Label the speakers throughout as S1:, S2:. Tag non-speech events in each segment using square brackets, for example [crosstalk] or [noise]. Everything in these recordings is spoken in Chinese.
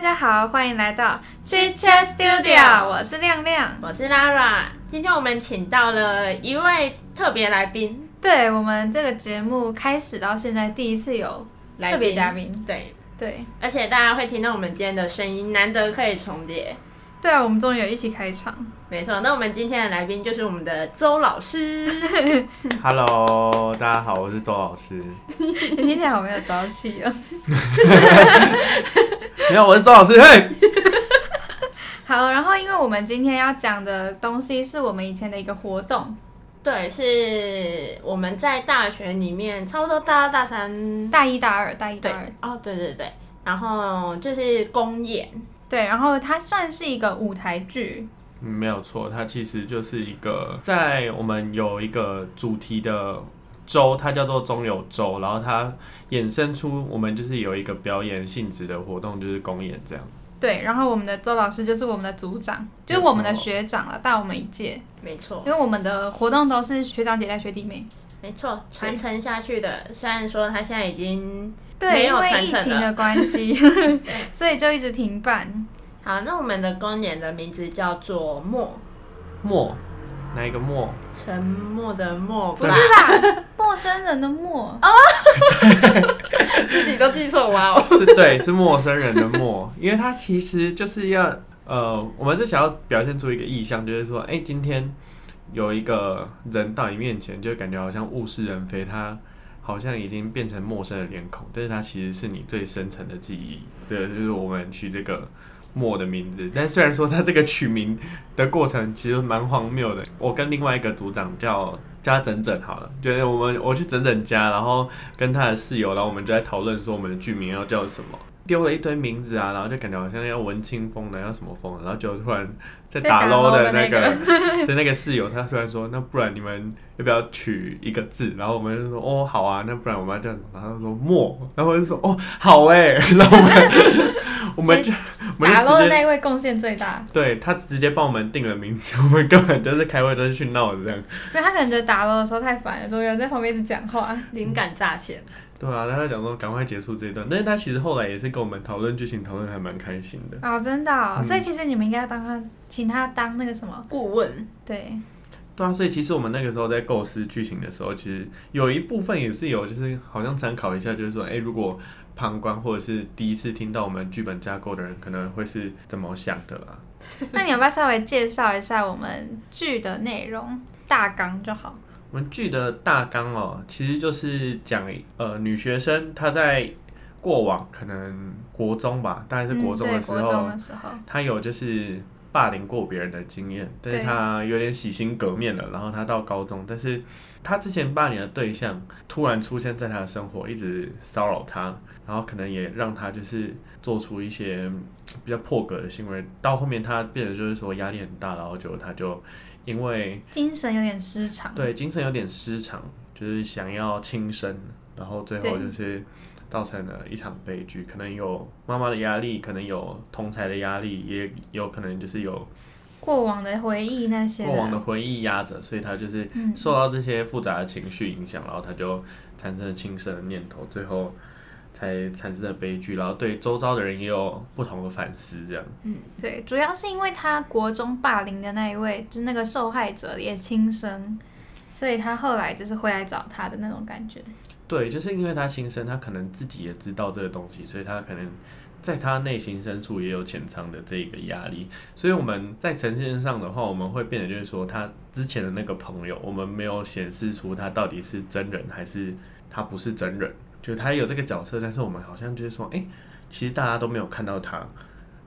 S1: 家好，欢迎来到 Chit Chat Studio，我是亮亮。
S2: 我是 Lara，今天我们请到了一位特别来宾，
S1: 对我们这个节目开始到现在，第一次有
S2: 来
S1: 特别嘉宾。
S2: 对，
S1: 对
S2: 而且大家会听到我们今天的声音，难得可以重叠。
S1: 对啊，我们终于有一起开场。
S2: 没错，那我们今天的来宾就是我们的周
S1: [laughs]
S2: 老师，
S3: Hello，大家好，我是周老师。
S1: 你听起来好没有朝气 [laughs] 哦。
S3: 你好，我是周老师。嘿，
S1: 好，然后因为我们今天要讲的东西是我们以前的一个活动，
S2: 对，是我们在大学里面差不多大二大三，
S1: 大一、大二、大一、大
S2: 对
S1: 二。，
S2: 哦，对对对，然后就是公演，
S1: 对，然后它算是一个舞台剧，
S3: 嗯没有错，它其实就是一个在我们有一个主题的周，它叫做中有周，然后它衍生出我们就是有一个表演性质的活动，就是公演这样。
S1: 对，然后我们的周老师就是我们的组长，就是我们的学长了，大我们一届，
S2: 没错，
S1: 因为我们的活动都是学长姐带学弟妹。
S2: 没错，传承下去的。虽然说他现在已经
S1: 对，
S2: 没有
S1: 因为
S2: 传
S1: 疫
S2: 承
S1: 情
S2: 了
S1: 的关 [laughs] 系，所以就一直停办。
S2: 好，那我们的公演的名字叫做默。
S3: 默，哪一个默？
S2: 沉默的默，
S1: 不是吧？陌生人的陌，
S2: 自己都记错哇哦。
S3: 是对，是陌生人的 [laughs] 陌，因为它其实就是要呃，我们是想要表现出一个意象，就是说，哎、今天有一个人到你面前，就感觉好像物是人非，他好像已经变成陌生的脸孔，但是他其实是你最深层的记忆。这个就是我们取这个。默的名字，但虽然说他这个取名的过程其实蛮荒谬的。我跟另外一个组长叫叫他整整好了，就是我们我去整整家，然后跟他的室友，然后我们就在讨论说我们的剧名要叫什么，丢了一堆名字啊，然后就感觉好像要文青风的，要什么风的，啊然后就突然在打
S1: 在打
S3: LO
S1: 的
S3: 的
S1: 那
S3: 那
S1: 个
S3: 个的那个室友，他突然说，那不然你们要不要取一个字？然后我们就说，哦，好啊，那不然我们要叫什么？然后他说默，然后我就说，哦，好哎、 [laughs] 然后我们我们就我们
S1: 打
S3: 就
S1: 捞
S3: 直
S1: 的
S3: 接
S1: 那一位贡献最大。
S3: 对他直接帮我们定了名字，我们根本就是开会都是去闹的这样。
S1: 因为他可能觉得打捞的时候太烦了，怎么有人在旁边一直讲话？
S2: [laughs] 灵感乍现，
S3: 对啊，那他讲说赶快结束这一段，但是他其实后来也是跟我们讨论剧情，讨论还蛮开心的。
S1: 啊、真的哦、
S3: 嗯
S1: 所以其实你们应该要当他，请他当那个什么，
S2: 顾问
S3: [laughs]
S1: 对，
S3: 对啊，所以其实我们那个时候在构思剧情的时候，其实有一部分也是有，就是好像参考一下，就是说，哎、如果旁观或者是第一次听到我们剧本架构的人，可能会是怎么想的啦。
S1: 那你要不要稍微介绍一下我们剧的内容大纲就好？
S3: 我们剧的大纲哦，其实就是讲呃女学生她在过往可能国中吧，大概是国中
S1: 嗯、
S3: 的
S1: 对，
S3: 时
S1: 国
S3: 候，
S1: 中的时候，
S3: 他有就是霸凌过别人的经验，但是
S1: 对
S3: 他有点洗心革面了。然后他到高中，但是他之前霸凌的对象突然出现在他的生活，一直骚扰他，然后可能也让他就是做出一些比较破格的行为。到后面他变得就是说压力很大，然后就他就因为
S1: 精神有点失常，
S3: 对精神有点失常，就是想要轻生，然后最后
S1: 对
S3: 就是造成了一场悲剧，可能有妈妈的压力，可能有同才的压力，也有可能就是有
S1: 过往的回忆那些
S3: 过往的回忆压着，所以他就是
S1: 嗯
S3: 受到这些复杂的情绪影响，然后他就产生了轻生的念头，最后才产生了悲剧，然后对周遭的人也有不同的反思，这样。
S1: 对，主要是因为他国中霸凌的那一位，就是那个受害者也轻生，所以他后来就是回来找他的那种感觉。
S3: 对，就是因为他心生，他可能自己也知道这个东西，所以他可能在他内心深处也有潜藏的这个压力。所以我们在呈现上的话，我们会变得就是说，他之前的那个朋友，我们没有显示出他到底是真人还是他不是真人，就是他有这个角色，但是我们好像就是说，哎、其实大家都没有看到他，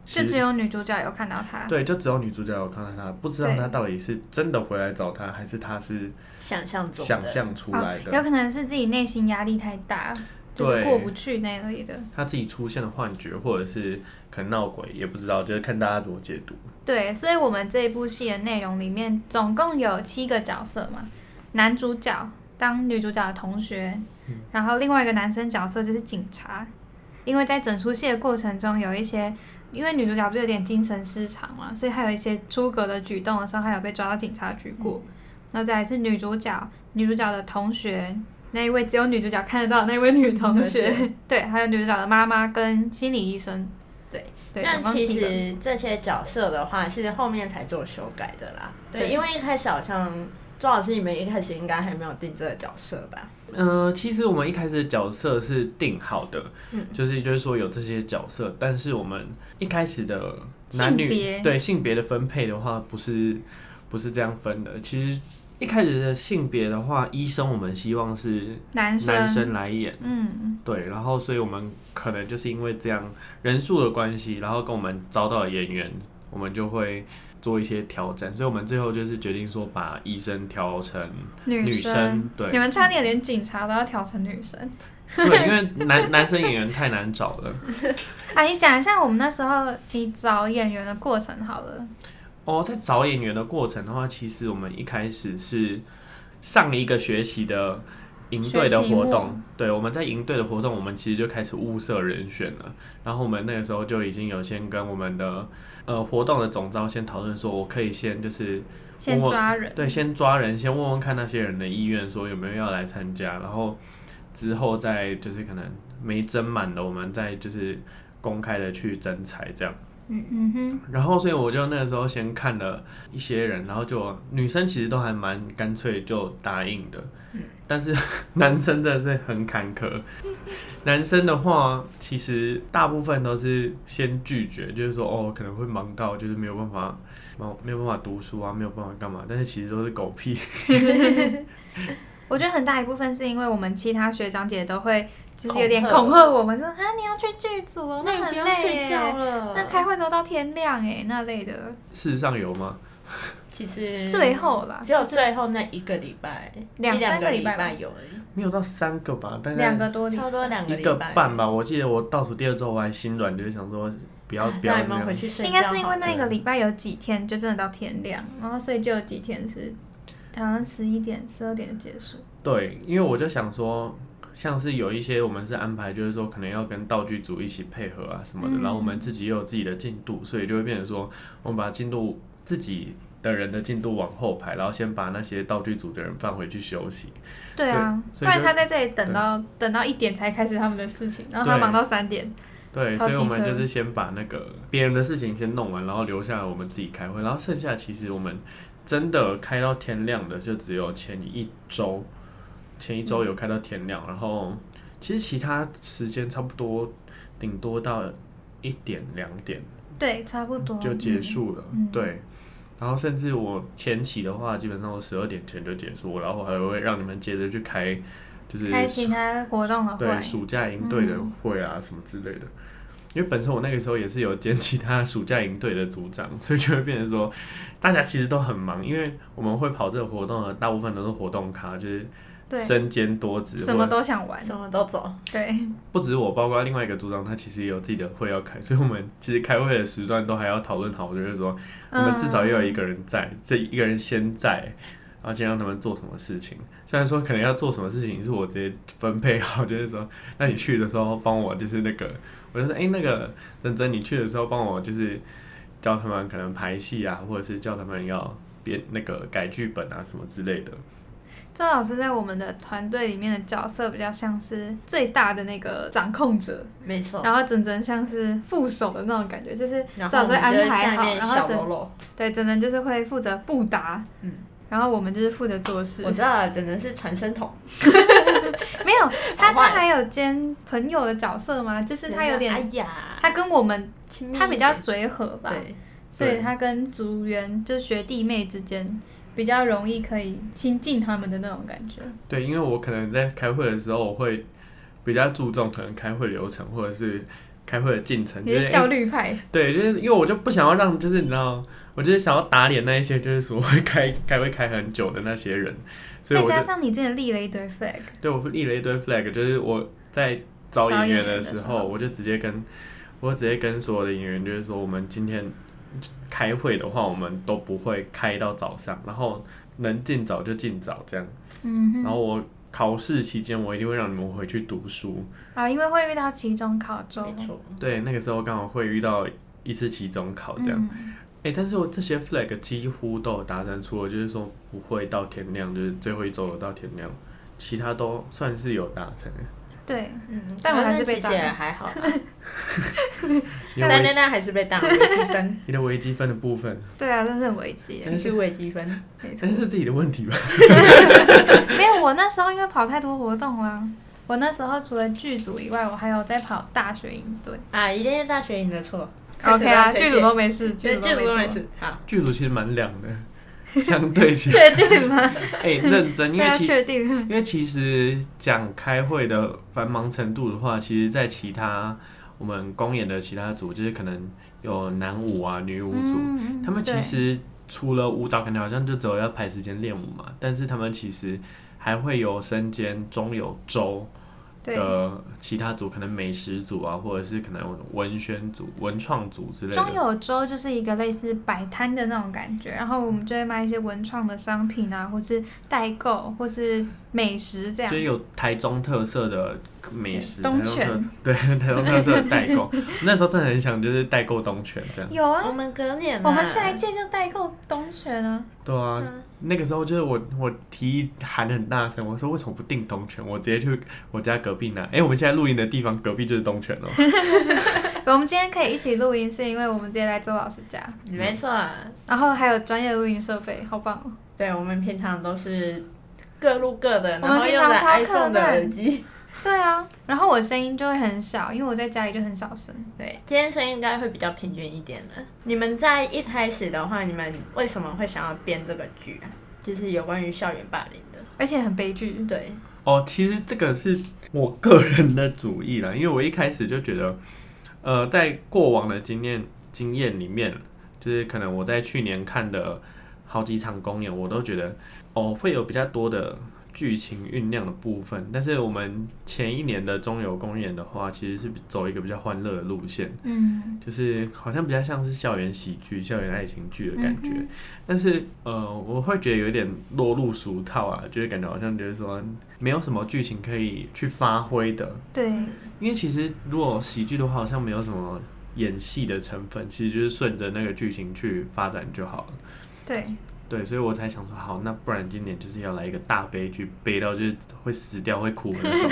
S3: 其
S1: 就
S3: 实
S1: 只有女主角有看到他，
S3: 对，就只有女主角有看到他，不知道
S1: 对
S3: 他到底是真的回来找他，还是他是
S2: 想象中
S3: 想
S2: 的，
S3: 象出来的。
S1: 有可能是自己内心压力太大，就是
S3: 对
S1: 过不去那类的。
S3: 他自己出现了幻觉，或者是可能闹鬼，也不知道，就是看大家怎么解读。
S1: 对，所以我们这一部戏的内容里面总共有七个角色嘛，男主角当女主角的同学，
S3: 嗯
S1: 然后另外一个男生角色就是警察，因为在整出戏的过程中有一些，因为女主角不是有点精神失常嘛，所以她有一些出格的举动的时候，她有被抓到警察局过。
S3: 嗯
S1: 那再来是女主角，女主角的同学。那一位只有女主角 [laughs] 看得到的那位女同学，对，还有女主角的妈妈跟心理医生，
S2: 对，
S1: 对，总
S2: 那
S1: 共
S2: 其
S1: 七个。
S2: 实这些角色的话是后面才做修改的啦。对，
S1: 对
S2: 因为一开始好像周老师你们一开始应该还没有定这个角色吧？
S3: 嗯、其实我们一开始的角色是定好的，
S2: 嗯
S3: 就是就是说有这些角色，但是我们一开始的男
S1: 性
S3: 女
S1: 别
S3: 对性别的分配的话，不是不是这样分的。其实一开始的性别的话，医生我们希望是
S1: 男生，
S3: 男生来演，
S1: 嗯，
S3: 对，然后所以我们可能就是因为这样人数的关系，然后跟我们招到的演员，我们就会做一些调整，所以我们最后就是决定说把医生调成
S1: 女
S3: 女生，
S1: 你
S3: 对
S1: 们差点连警察都要调成女生。
S3: 对，因为男 [laughs] 男生演员太难找了。
S1: 啊，你讲一下我们那时候你找演员的过程好了。
S3: 哦，在找演员的过程的话，其实我们一开始是上一个学期的营队的活
S1: 学期
S3: 动，对，我们在营队的活动，我们其实就开始物色人选了。然后我们那个时候就已经有先跟我们的呃活动的总招先讨论说，我可以先就是
S1: 先
S3: 我
S1: 抓人，
S3: 对先抓人，先问问看那些人的意愿，说有没有要来参加，然后之后再就是可能没争满的，我们再就是公开的去征才这样。
S1: 嗯哼，
S3: 然后，所以我就那个时候先看了一些人，然后就女生其实都还蛮干脆就答应的，
S2: 嗯
S3: 但是 [laughs] 男生真的是很坎坷。男生的话，其实大部分都是先拒绝，就是说哦，可能会忙到就是没有办法，忙没有办法读书啊，没有办法干嘛，但是其实都是狗屁。
S1: 我觉得很大一部分是因为我们其他学长姐都会就是有点
S2: 恐吓
S1: 恐吓我们说啊，你要去剧组哦，
S2: 你
S1: 很
S2: 不要
S1: 累
S2: 睡觉
S1: 耶，
S2: 了。
S1: 那开会都到天亮哎，那类的。
S3: 事实上有吗？
S2: 其实
S1: 最后啦，
S2: 只有最后那一个礼拜，
S1: 两
S2: 一两
S1: 三个
S2: 个
S1: 礼拜吧
S2: 拜有而
S3: 没有到三个吧，大
S1: 就两
S3: 概
S1: 个多
S2: 已，
S1: 礼
S2: 差不多两个
S3: 一
S2: 礼
S3: 个
S2: 拜
S3: 半。吧。我记得我倒数第二周我还心软，就是想说不要不
S2: [laughs]
S3: 要
S2: 那你
S3: 那
S2: 们
S3: 样
S2: 回。去睡
S1: 应
S2: 觉好了。
S1: 该是因为那个礼拜有几天就真的到天亮，然后所以就有几天是好像十一点、十二点就结束。
S3: 对，因为我就想说，像是有一些我们是安排，就是说可能要跟道具组一起配合啊什么的，
S1: 嗯
S3: 然后我们自己也有自己的进度，所以就会变成说，我们把进度自己的人的进度往后排，然后先把那些道具组的人放回去休息。
S1: 对啊，不
S3: 所以所以
S1: 然
S3: 就
S1: 他在这里等到等到一点才开始他们的事情，然后他
S3: 对
S1: 忙到三点。
S3: 对，
S1: 超
S3: 所以我
S1: 机
S3: 们
S1: 车
S3: 就是先把那个别人的事情先弄完，然后留下来我们自己开会，然后剩下其实我们真的开到天亮的就只有前一周，前一周有开到天亮，然后其实其他时间差不多顶多到一点两点
S1: 对，差不多
S3: 就结。束了，
S1: 嗯嗯
S3: 对。然后甚至我前期的话，基本上我十二点前就结束，然后还会让你们接着去开，就是
S1: 嗯开其他活动的
S3: 对
S1: 啊会，嗯
S3: 暑假营队的会啊、什么之类的。因为本身我那个时候也是有兼其他暑假营队的组长， [laughs] 所以就会变成说，大家其实都很忙，因为我们会跑这个活动的大部分都是活动咖，就是
S1: 对，
S3: 身兼多职，
S1: 什
S3: 或
S1: 么
S3: 者
S1: 都想玩。
S2: 什么都走，
S1: 对，
S3: 不止我，包括另外一个组长，他其实也有自己的会要开，所以我们其实开会的时段都还要讨论好，就是说我们至
S1: 嗯
S3: 少要有一个人在，这一个人先在，然后先让他们做什么事情。虽然说可能要做什么事情是我直接分配好， [laughs] 就是说，那你去的时候帮我就是那个，我就说，哎、那个认真，你去的时候帮我就是教他们可能排戏啊，或者是教他们要编那个改剧本啊什么之类的。
S1: 周老师在我们的团队里面的角色比较像是最大的那个掌控者，
S2: 没错。
S1: 然后整整像是副手的那种感觉，就是
S2: 然
S1: 周老
S2: 后我
S1: 师会
S2: 们
S1: 安
S2: 就是
S1: 排
S2: 下
S1: 好，
S2: 面
S1: 然
S2: 小
S1: 后
S2: 喽
S1: 整
S2: 啰，
S1: 对整整就是会负责布达，
S2: 嗯
S1: 然后我们就是负责做事
S2: 我。知道了，真的是传声筒，
S1: 没有他，
S2: 好坏
S1: 他还有兼朋友的角色吗？就是他有
S2: 哎
S1: 点，
S2: 呀，
S1: 他跟我们
S2: 亲密一
S1: 他
S2: 点
S1: 比较随和吧，
S2: 对，
S1: 所以
S3: 对
S1: 他跟组员就学弟妹之间比较容易可以亲近他们的那种感觉。
S3: 对，因为我可能在开会的时候，我会比较注重可能开会流程或者是开会的进程，就
S1: 也
S3: 是
S1: 是
S3: 诶
S1: 效率派，
S3: 对，就是因为我就不想要让，就是你知道，我就是想要打脸那一些就是所谓开开会开很久的那些人，所以
S1: 再
S3: 我
S1: 加
S3: 就
S1: 上你之前立了一堆 flag，
S3: 对我立了一堆 flag，就是我在招
S1: 招
S3: 演
S1: 演
S3: 员
S1: 员
S3: 的
S1: 的
S3: 时
S1: 时
S3: 候，
S1: 候
S3: 我就直接跟我直接跟所有的演员就是说，我们今天开会的话，我们都不会开到早上，然后能尽早就尽早这样，
S1: 嗯
S3: 然
S1: 哼，
S3: 后我考试期间我一定会让你们回去读书，
S1: 啊，因为会遇到期中考周，
S2: 没错，
S3: 对，那个时候刚好会遇到一次期中考这样。
S1: 嗯
S3: 哎、但是我这些 flag 几乎都有达成，除了就是说不会到天亮，就是最后一周有到天亮，其他都算是有达成欸。
S1: 对，
S2: 嗯
S1: 但我还是被
S2: 其
S1: 当
S2: 实也还 [laughs] 好啦，
S3: 你的
S2: 但
S3: 微
S2: 但但还是被当了微积 [laughs] 分，
S3: 你的微积分的部分，
S1: 对啊，真是很危机耶。
S2: 你是微积分，
S1: 没错
S3: 这，是自己的问
S1: [laughs]
S3: 题吧？
S1: 没有我那时候因为跑太多活动啦、我那时候除了剧组以外，我还有在跑大学营队。
S2: 啊，一定是大学你的错。
S1: OK 啊，剧组
S2: 都
S1: 都没事，
S2: 剧
S1: 剧组
S2: 剧组
S1: 都
S2: 都
S1: 没
S2: 没
S1: 事。
S2: 事，好，
S3: 剧组其实蛮凉的，相对起
S1: [laughs]
S3: 来，
S1: 确定吗？
S3: 哎、认真，因
S1: 大
S3: 为
S1: 家
S3: 其
S1: 啊确定？
S3: 因为其实讲开会的繁忙程度的话，其实，在其他我们公演的其他组，就是可能有男舞啊、女舞组，
S1: 嗯
S3: 他们其
S1: 对
S3: 实除了舞蹈，可能好像就只有要排时间练舞嘛，但是他们其实还会有身兼中有周
S1: 对
S3: 的其他组，可能美食组啊，或者是可能文宣组、文创组之类
S1: 中
S3: 的。
S1: 友周就是一个类似摆摊的那种感觉，然后我们就会卖一些文创的商品啊，或是代购，或是美食这样
S3: 就。有台中特色的美
S1: 对
S3: 食，台
S1: 东
S3: 中特
S1: 泉
S3: 对台中特色 [laughs] 的代
S1: [laughs]
S3: 购，那时候真的很想就是代购东泉这样。
S1: 有啊，
S2: 我们隔年啦，
S1: 我们下一届就代购东泉啊。
S3: 对啊，那个时候就是我我提议喊很大声，我说为什么不订东泉？我直接去我家隔壁拿。哎、我们现在录音的地方隔壁就是东泉哦。
S1: 我们今天可以一起录音，是因为我们今天来周老师家，
S2: 没错啊，
S1: 然后还有专业的录音设备，好棒哦！
S2: 对我们平常都是各录各的，
S1: 我
S2: 然
S1: 们
S2: 后
S1: 平
S2: 用
S1: 常
S2: 的
S1: 超可
S2: iPhone 的
S1: 爱
S2: 耳 [laughs] 机。
S1: 对啊，然后我声音就会很小，因为我在家里就很小声。
S2: 对，今天声音应该会比较平均一点的。你们在一开始的话，你们为什么会想要编这个剧啊？就是有关于校园霸凌的。
S1: 而且很悲剧，
S2: 对，
S3: 哦，其实这个是我个人的主意啦，因为我一开始就觉得，呃，在过往的经验经验里面，就是可能我在去年看的好几场公演，我都觉得哦会有比较多的剧情酝酿的部分，但是我们前一年的中游公演的话，其实是走一个比较欢乐的路线。
S1: 嗯，
S3: 就是好像比较像是校园喜剧、校园爱情剧的感觉，但是呃，我会觉得有点落入俗套啊，就是感觉好像觉得说没有什么剧情可以去发挥的，
S1: 对，
S3: 因为其实如果喜剧的话，好像没有什么演戏的成分，其实就是顺着那个剧情去发展就好了。
S1: 对，
S3: 对，所以我才想说，好，那不然今年就是要来一个大悲剧，悲到就是会死掉、会哭的那种。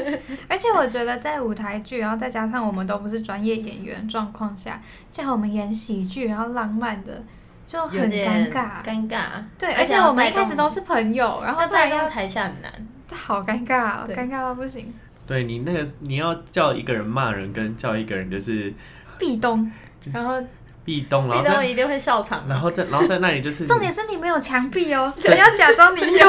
S3: [laughs]
S1: 而且我觉得在舞台剧，然后再加上我们都不是专业演员状况下，叫我们演喜剧，然后浪漫的，就
S2: 有
S1: 很尴
S2: 点
S1: 尬。
S2: 尴尬。
S1: 对，
S2: 而
S1: 而
S2: 且
S1: 且
S2: 要
S1: 我们一
S2: 带动
S1: 开始都是朋友，然后
S2: 要
S1: 突然
S2: 带动
S1: 要
S2: 台下很难。
S1: 好尴尬、哦，
S2: 对
S1: 尴尬到不行，
S3: 对你那个，你要叫一个人骂人，跟叫一个人就是
S1: 壁咚。
S3: 嗯
S1: 然后
S3: 壁咚，然后
S2: 你
S3: 再
S2: 懂一定会笑场
S3: 然
S2: 的。
S3: 后在然后在那里就是
S1: 重点是你没有墙壁哦， [laughs] 所以要假装你有，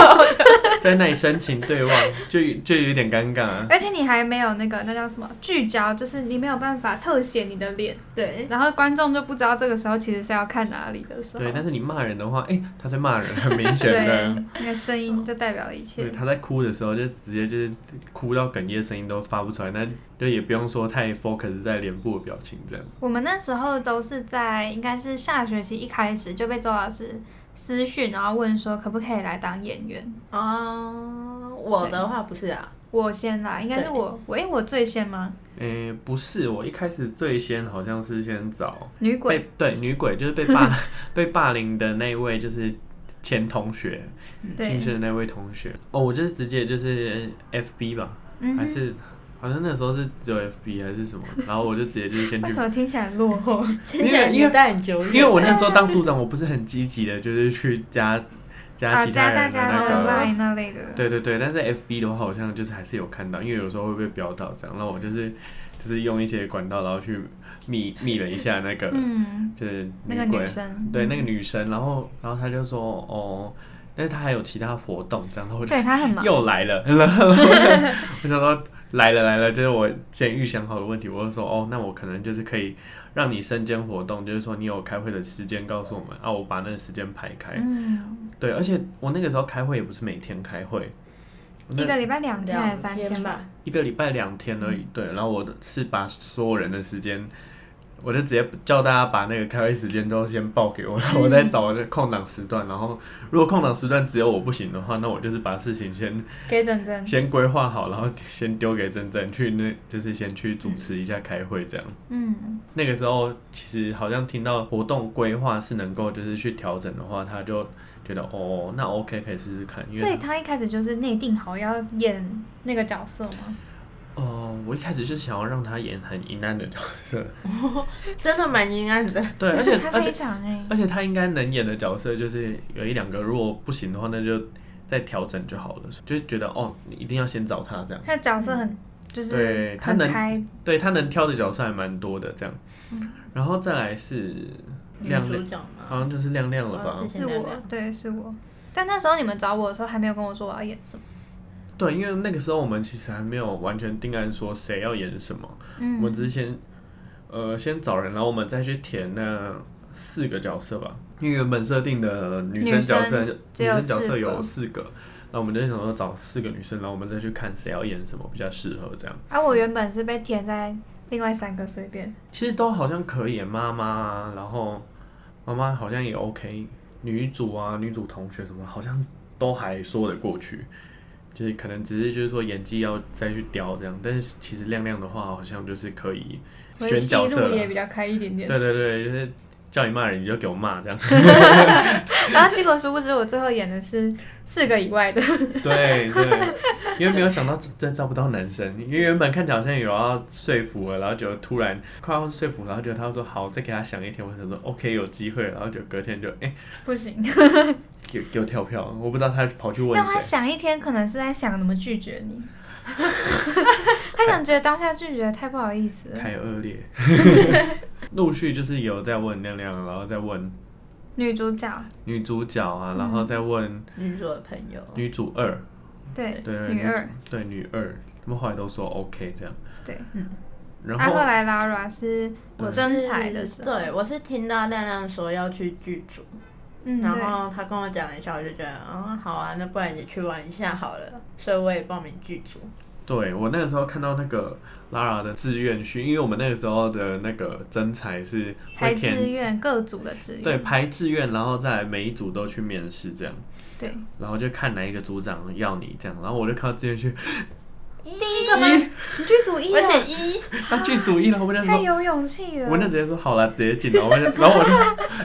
S3: 在那里深情对望，就就有点尴尬、啊。
S1: [laughs] 而且你还没有那个那叫什么聚焦，就是你没有办法特写你的脸，
S2: 对，
S1: 然后观众就不知道这个时候其实是要看哪里的时候
S3: 对，，但是你骂人的话，哎、他在骂人，很明显
S1: 对
S3: 的。，
S1: 那个声音就代表了一切
S3: 对，。他在哭的时候就直接就是哭到哽咽，声音都发不出来，那就也不用说太 focus 在脸部的表情这样。
S1: 我们那时候都是在应该是下学期一开始就被周老师私讯，然后问说可不可以来当演员。
S2: 哦，我的话不是啊，
S1: 我先啦，应该是
S2: 对
S1: 我，我因为我最先吗？
S3: 诶、不是，我一开始最先好像是先找
S1: 女鬼
S3: 被对女鬼，就是被
S1: [laughs]
S3: 霸被霸凌的那一位，就是前同学，
S1: 对
S3: 亲，生的那位同学。哦，我就是直接就是 FB 吧，
S1: 嗯
S3: 还
S1: 哼，
S3: 是好像那时候是只有 FB 还
S1: [laughs]
S3: 是什么，然后我就直接就是先
S1: 为
S3: 去
S1: 什，么听起来很落后？
S2: 听起来年代很久
S3: 因为
S2: 远。
S3: 我那时候当组长，我不是很积极的，就是去加加
S1: 啊，
S3: 其他
S1: 加大
S3: 人的
S1: 家
S3: 那
S1: 的
S3: 个，
S1: line 那类的，
S3: 对对对，但是 FB 的话，好像就是还是有看到，因为有时候会被标到这样，然后我就是就是用一些管道，然后去密密了一下那个、
S1: 嗯，
S3: 就是
S1: 那个
S3: 女鬼
S1: 女，生，
S3: 对那个女生，然后然后她就说哦，但是她还有其他活动这样，然后我就
S1: 对她很忙，
S3: 又来
S1: [laughs]
S3: 了，我想说来了来了，就是我之前预想好的问题，我就说哦，那我可能就是可以让你身兼活动，就是说你有开会的时间告诉我们啊，我把那个时间排开。
S1: 嗯，
S3: 对，而且我那个时候开会也不是每天开会，我那
S1: 一个礼拜两天还是三
S2: 两天吧
S1: 吧，
S3: 一个礼拜两天而
S1: 嗯
S3: 已。对，然后我是把所有人的时间。我就直接叫大家把那个开会时间都先报给我，然后
S1: 嗯
S3: 我再找那空档时段。然后如果空档时段只有我不行的话，那我就是把事情先
S1: 给整整，
S3: 先规划好，然后先丢给珍珍去那，就是先去主持一下开会这样。
S1: 嗯，
S3: 那个时候其实好像听到活动规划是能够就是去调整的话，他就觉得哦，那 OK 可以试试看，因
S1: 所以
S3: 为
S1: 她一开始就是内定好要演那个角色吗？
S3: 哦，我一开始是想要让他演很阴暗的角
S1: [laughs]
S3: 色，
S2: 真的蛮阴暗的。
S3: 对，而且
S1: 他
S3: 而且
S1: 非常哎、
S3: 而且他应该能演的角色就是有一两个，如果不行的话，那就再调整就好了。就是觉得哦，你一定要先找他这样。
S1: 他的角色很就是
S3: 对他
S1: 很
S3: 能
S1: 开，
S3: 对他能挑的角色还蛮多的这样。
S1: 嗯
S3: 然后再来是
S2: 女
S3: 亮
S2: 主
S3: 亮，
S2: 角
S3: 好
S2: 嘛，
S3: 像就是亮亮了
S2: 哦？
S3: 吧
S2: 是
S1: 是
S2: 先亮
S1: 我
S2: 亮，
S1: 对是我。但那时候你们找我的时候还没有跟我说我要演什么，
S3: 对，因为那个时候我们其实还没有完全定案说谁要演什么，我
S1: 嗯
S3: 们只是先呃先找人，然后我们再去填那四个角色吧。因为原本设定的女生角色，
S1: 女
S3: 女
S1: 只有
S3: 生角色
S1: 四个
S3: 有四个，那我们就想说找四个女生，然后我们再去看谁要演什么比较适合这样。
S1: 啊，我原本是被填在另外三个随便，
S3: 其实都好像可以，妈妈啊，然后妈妈好像也 OK，女主啊、女主同学什么，好像都还说得过去。就是可能只是就是说演技要再去雕这样，但是其实亮亮的话好像就是可以
S1: 我
S3: 选
S1: 的戏
S3: 角色
S1: 路
S3: 了
S1: 也。比较开一点点。
S3: 对对对，就是叫你骂人你就给我骂这样。
S1: 然后结果殊不知我最后演的是四个以外的，
S3: 对对，因为没有想到真真招不到男生，因为原本看起来好像有要说服了，然后就突然快要说服，然后就他说好，再给他想一天，我想说 OK 有机会，然后就隔天就哎、
S1: 不行。
S3: 给给我跳票，我不知道他跑去问
S1: 那他
S3: 谁。
S1: 想一天，可能是在想怎么拒绝你。他可能觉得当下拒绝太不好意思了。
S3: 太恶
S1: [laughs]
S3: 劣。陆续就是有在问亮亮，然后再问
S1: 女主角，
S3: 女主角啊，然后再
S1: 嗯
S3: 问
S2: 女主的朋友，
S3: 女主二，
S1: 对，
S3: 对对
S1: 女
S3: 女
S1: 二，
S3: 对女二，他们后来都说 OK 这样。
S1: 对，
S3: 然
S1: 啊，后
S3: 后
S1: 来 Lara 是
S2: 我是
S1: 真才的时候，
S2: 对我是听到亮亮说要去剧组，
S1: 嗯，
S2: 然
S1: 对，
S2: 后他跟我讲一下，我就觉得，嗯，好啊，那不然也去玩一下好了，所以我也报名剧组。
S3: 对我那个时候看到那个 Lara 的志愿序，因为我们那个时候的那个真才是会
S1: 还志
S3: 填
S1: 愿各组的志
S3: 对
S1: 愿，
S3: 排志愿，然后再来每一组都去面试这样，
S1: 对，
S3: 然后就看哪一个组长要你这样，然后我就看到志愿序， [laughs]
S1: 第一个吗？剧组一
S2: 而
S1: 啊，
S2: 且一，
S3: 他剧组一，然后我就说
S1: 太有勇气了
S3: 我。那直接说好了，直接进了，我就， [laughs] 然后我就，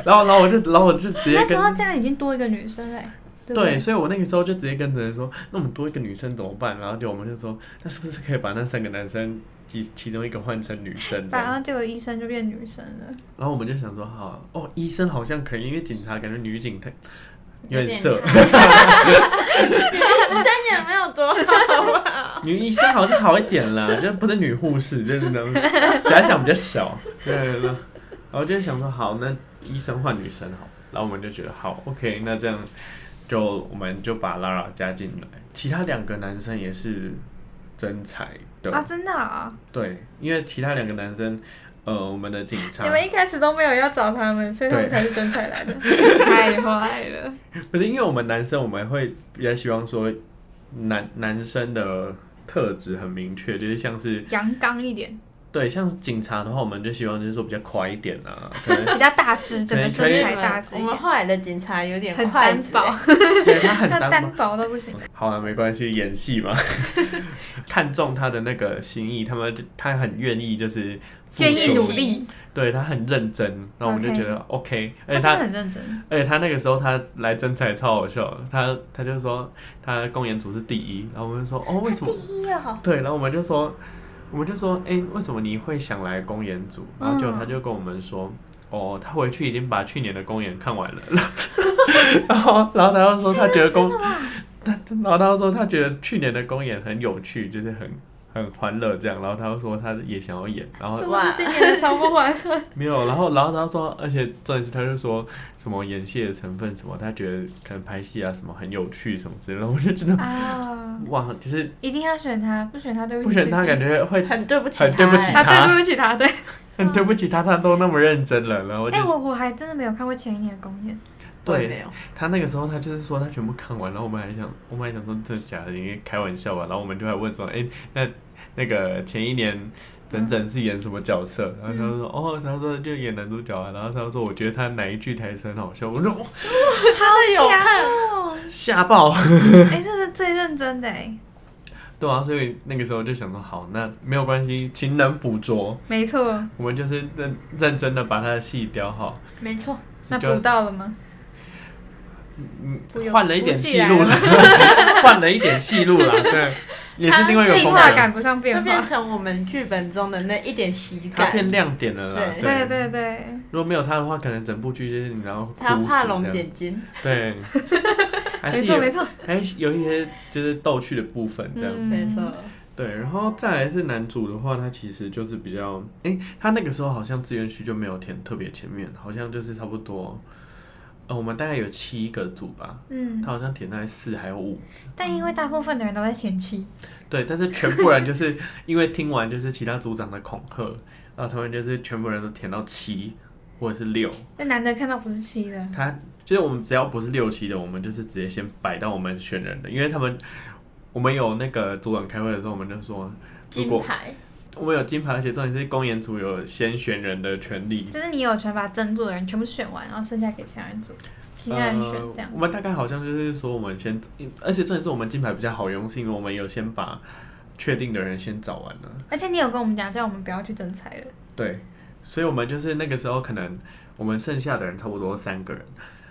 S3: 然后然后我就，然后我就直接
S1: 那时候
S3: 跟，
S1: 这样已经多一个女生嘞，对不
S3: 对，
S1: 对？
S3: 所以我那个时候就直接跟着人说，那我们多一个女生怎么办？然后就我们就说，那是不是可以把那三个男生其其中一个换成女生这
S1: 然
S3: 样？
S1: 后结果医生就变女生了，
S3: 然后我们就想说，好，哦，医生好像可以，因为警察感觉女警太有
S2: 有
S3: 点
S2: 点
S3: 色，
S2: 三也没有多好吧？
S3: 女医生好像好一
S1: [laughs]
S3: 点啦，就不是女护士，就是那种遐想比较小，对对对。然后就想说，好，那医生换女生好，然后我们就觉得好，OK，那这样就我们就把 Lara 加进来，其他两个男生也是真才的，
S1: 啊，真的啊！
S3: 对，因为其他两个男生，呃，我们的警察
S1: 你们一开始都没有要找他们，所以他们才是真才来的，太坏了。
S3: 不是因为我们男生，我们会比较希望说男男生的特质很明确，就是像是
S1: [laughs] 阳刚一点，
S3: 对，像警察的话，我们就希望就是说比较快一点啊，可能
S1: 比较大只，整个身材大只
S2: 我
S1: 一
S2: 们
S1: 点，
S2: 后来的警察有点
S1: 很
S2: 筷
S1: 单
S2: 子
S1: 薄
S2: 欸，
S3: 对他很
S1: 那
S3: 单
S1: 单
S3: 薄。
S1: 薄都不行。
S3: 好了、啊没关系，演戏嘛， [laughs] 看中他的那个心意，他们就他很愿意，就是付
S1: 愿意
S3: 出
S1: 努力，
S3: 对他很认真，那我们就觉得 OK，
S1: 他
S3: 而
S1: 真
S3: 且他
S1: 的很认真。
S3: 而且他那个时候他来真才超好笑的，他他就说他公演组是第一，然后我们就说哦为什么？
S1: 一哦，
S3: [laughs] 对，然后我们就说我们就说哎、为什么你会想来公演组？然
S1: 嗯
S3: 后就他就跟我们说。哦，他回去已经把去年的公演
S1: [laughs]
S3: 看完了，然后然后他就说他觉得公， [laughs] 他然后他就说他觉得去年的公演很有趣，就是很很欢乐这样，然后他就说他也想要演，然后
S1: 是
S2: 说
S1: 不是今年的超不 [laughs] 完？
S3: 没有，然后然后他说，而且重点是他就说什么演戏的成分什么，他觉得可能拍戏啊什么很有趣什么之类的，我就觉得
S1: 啊，
S3: 哇，其实
S1: 一定要选他，不选他对不起自
S3: 不
S1: 己。
S3: 选他感觉会
S2: 很对不起
S3: 很
S2: 他，
S3: 对不起
S1: 啊，
S3: 他
S1: 对不起他，对。
S3: 很对不起他，他都那么认真了，然后我
S1: 嗯
S3: 就、
S1: 哎，我我还真的没有看过前一年的公演，
S2: 我也
S3: 对
S2: 没有，
S3: 他那个时候他就是说他全部看完，然后我们还想我们还想说真的假的，因为开玩笑吧，然后我们就还问说，哎、那那个前一年。整整是演什么角色？然后他
S1: 嗯
S3: 说、哦，他说就演男主角啊。然后他说我觉得他哪一句台词很好笑，我说哇哦
S2: 真的有看，
S1: 哦，
S3: 吓爆。 [laughs] 嗯
S1: 哎，这是最认真的哎，
S3: 对啊，所以那个时候就想说，好，那没有关系，勤能补拙，
S1: 没错。
S3: 我们就是认认真的把他的戏雕好，
S2: 没错，
S1: 那
S3: 就
S1: 补到了吗？
S3: 嗯
S2: 不用
S3: 换了一点
S1: 补起
S3: 戏路
S1: 来
S3: [laughs] 了，换了一点戏路了，对，也是另外一个
S1: 计
S3: 风
S1: 划
S3: 格，
S1: 赶不上
S2: 就
S1: 变
S2: 变
S1: 化。
S2: 成我们剧本中的那一点喜
S3: 它
S2: 感。
S3: 变亮点了啦。
S2: 对
S1: 对对对，
S3: 如果没有他的话，可能整部剧就是你然后哭死
S2: 他画龙
S3: 这样
S2: 点睛，
S3: 对，
S1: [laughs]
S3: 还
S1: 没
S3: 是
S1: 错
S3: 有
S1: 没
S2: [laughs]
S1: 错，
S3: 还是有一些就是逗趣的部分这样。
S1: 嗯
S2: 没错。
S3: 对，然后再来是男主的话，他其实就是比较，诶，他那个时候好像志愿序就没有填特别前面，好像就是差不多，呃，我们大概有七个组吧，
S1: 嗯，
S3: 他好像填大概四还有五，
S1: 但因为大部分的人都在前期，
S3: 对，但是全部人就是 [laughs] 因为听完就是其他组长的恐吓，然后他们就是全部人都填到七或者是六，
S1: 那难得看到不是七的，
S3: 他就是我们只要不是六七的，我们就是直接先摆到我们选人的，因为他们我们有那个组长开会的时候，我们就说，如
S2: 金
S3: 果
S2: 牌，
S3: 我们有金牌，而且重点是公演组有先选人的权利。
S1: 就是你有权把真组的人全部选完，然后剩下给其他人组，其他人选这样
S3: 呃。。我们大概好像就是说，我们先，而且重点是我们金牌比较好用，是因为我们有先把确定的人先找完了。
S1: 而且你有跟我们讲，叫我们不要去征才了。
S3: 对，所以我们就是那个时候可能我们剩下的人差不多三个人，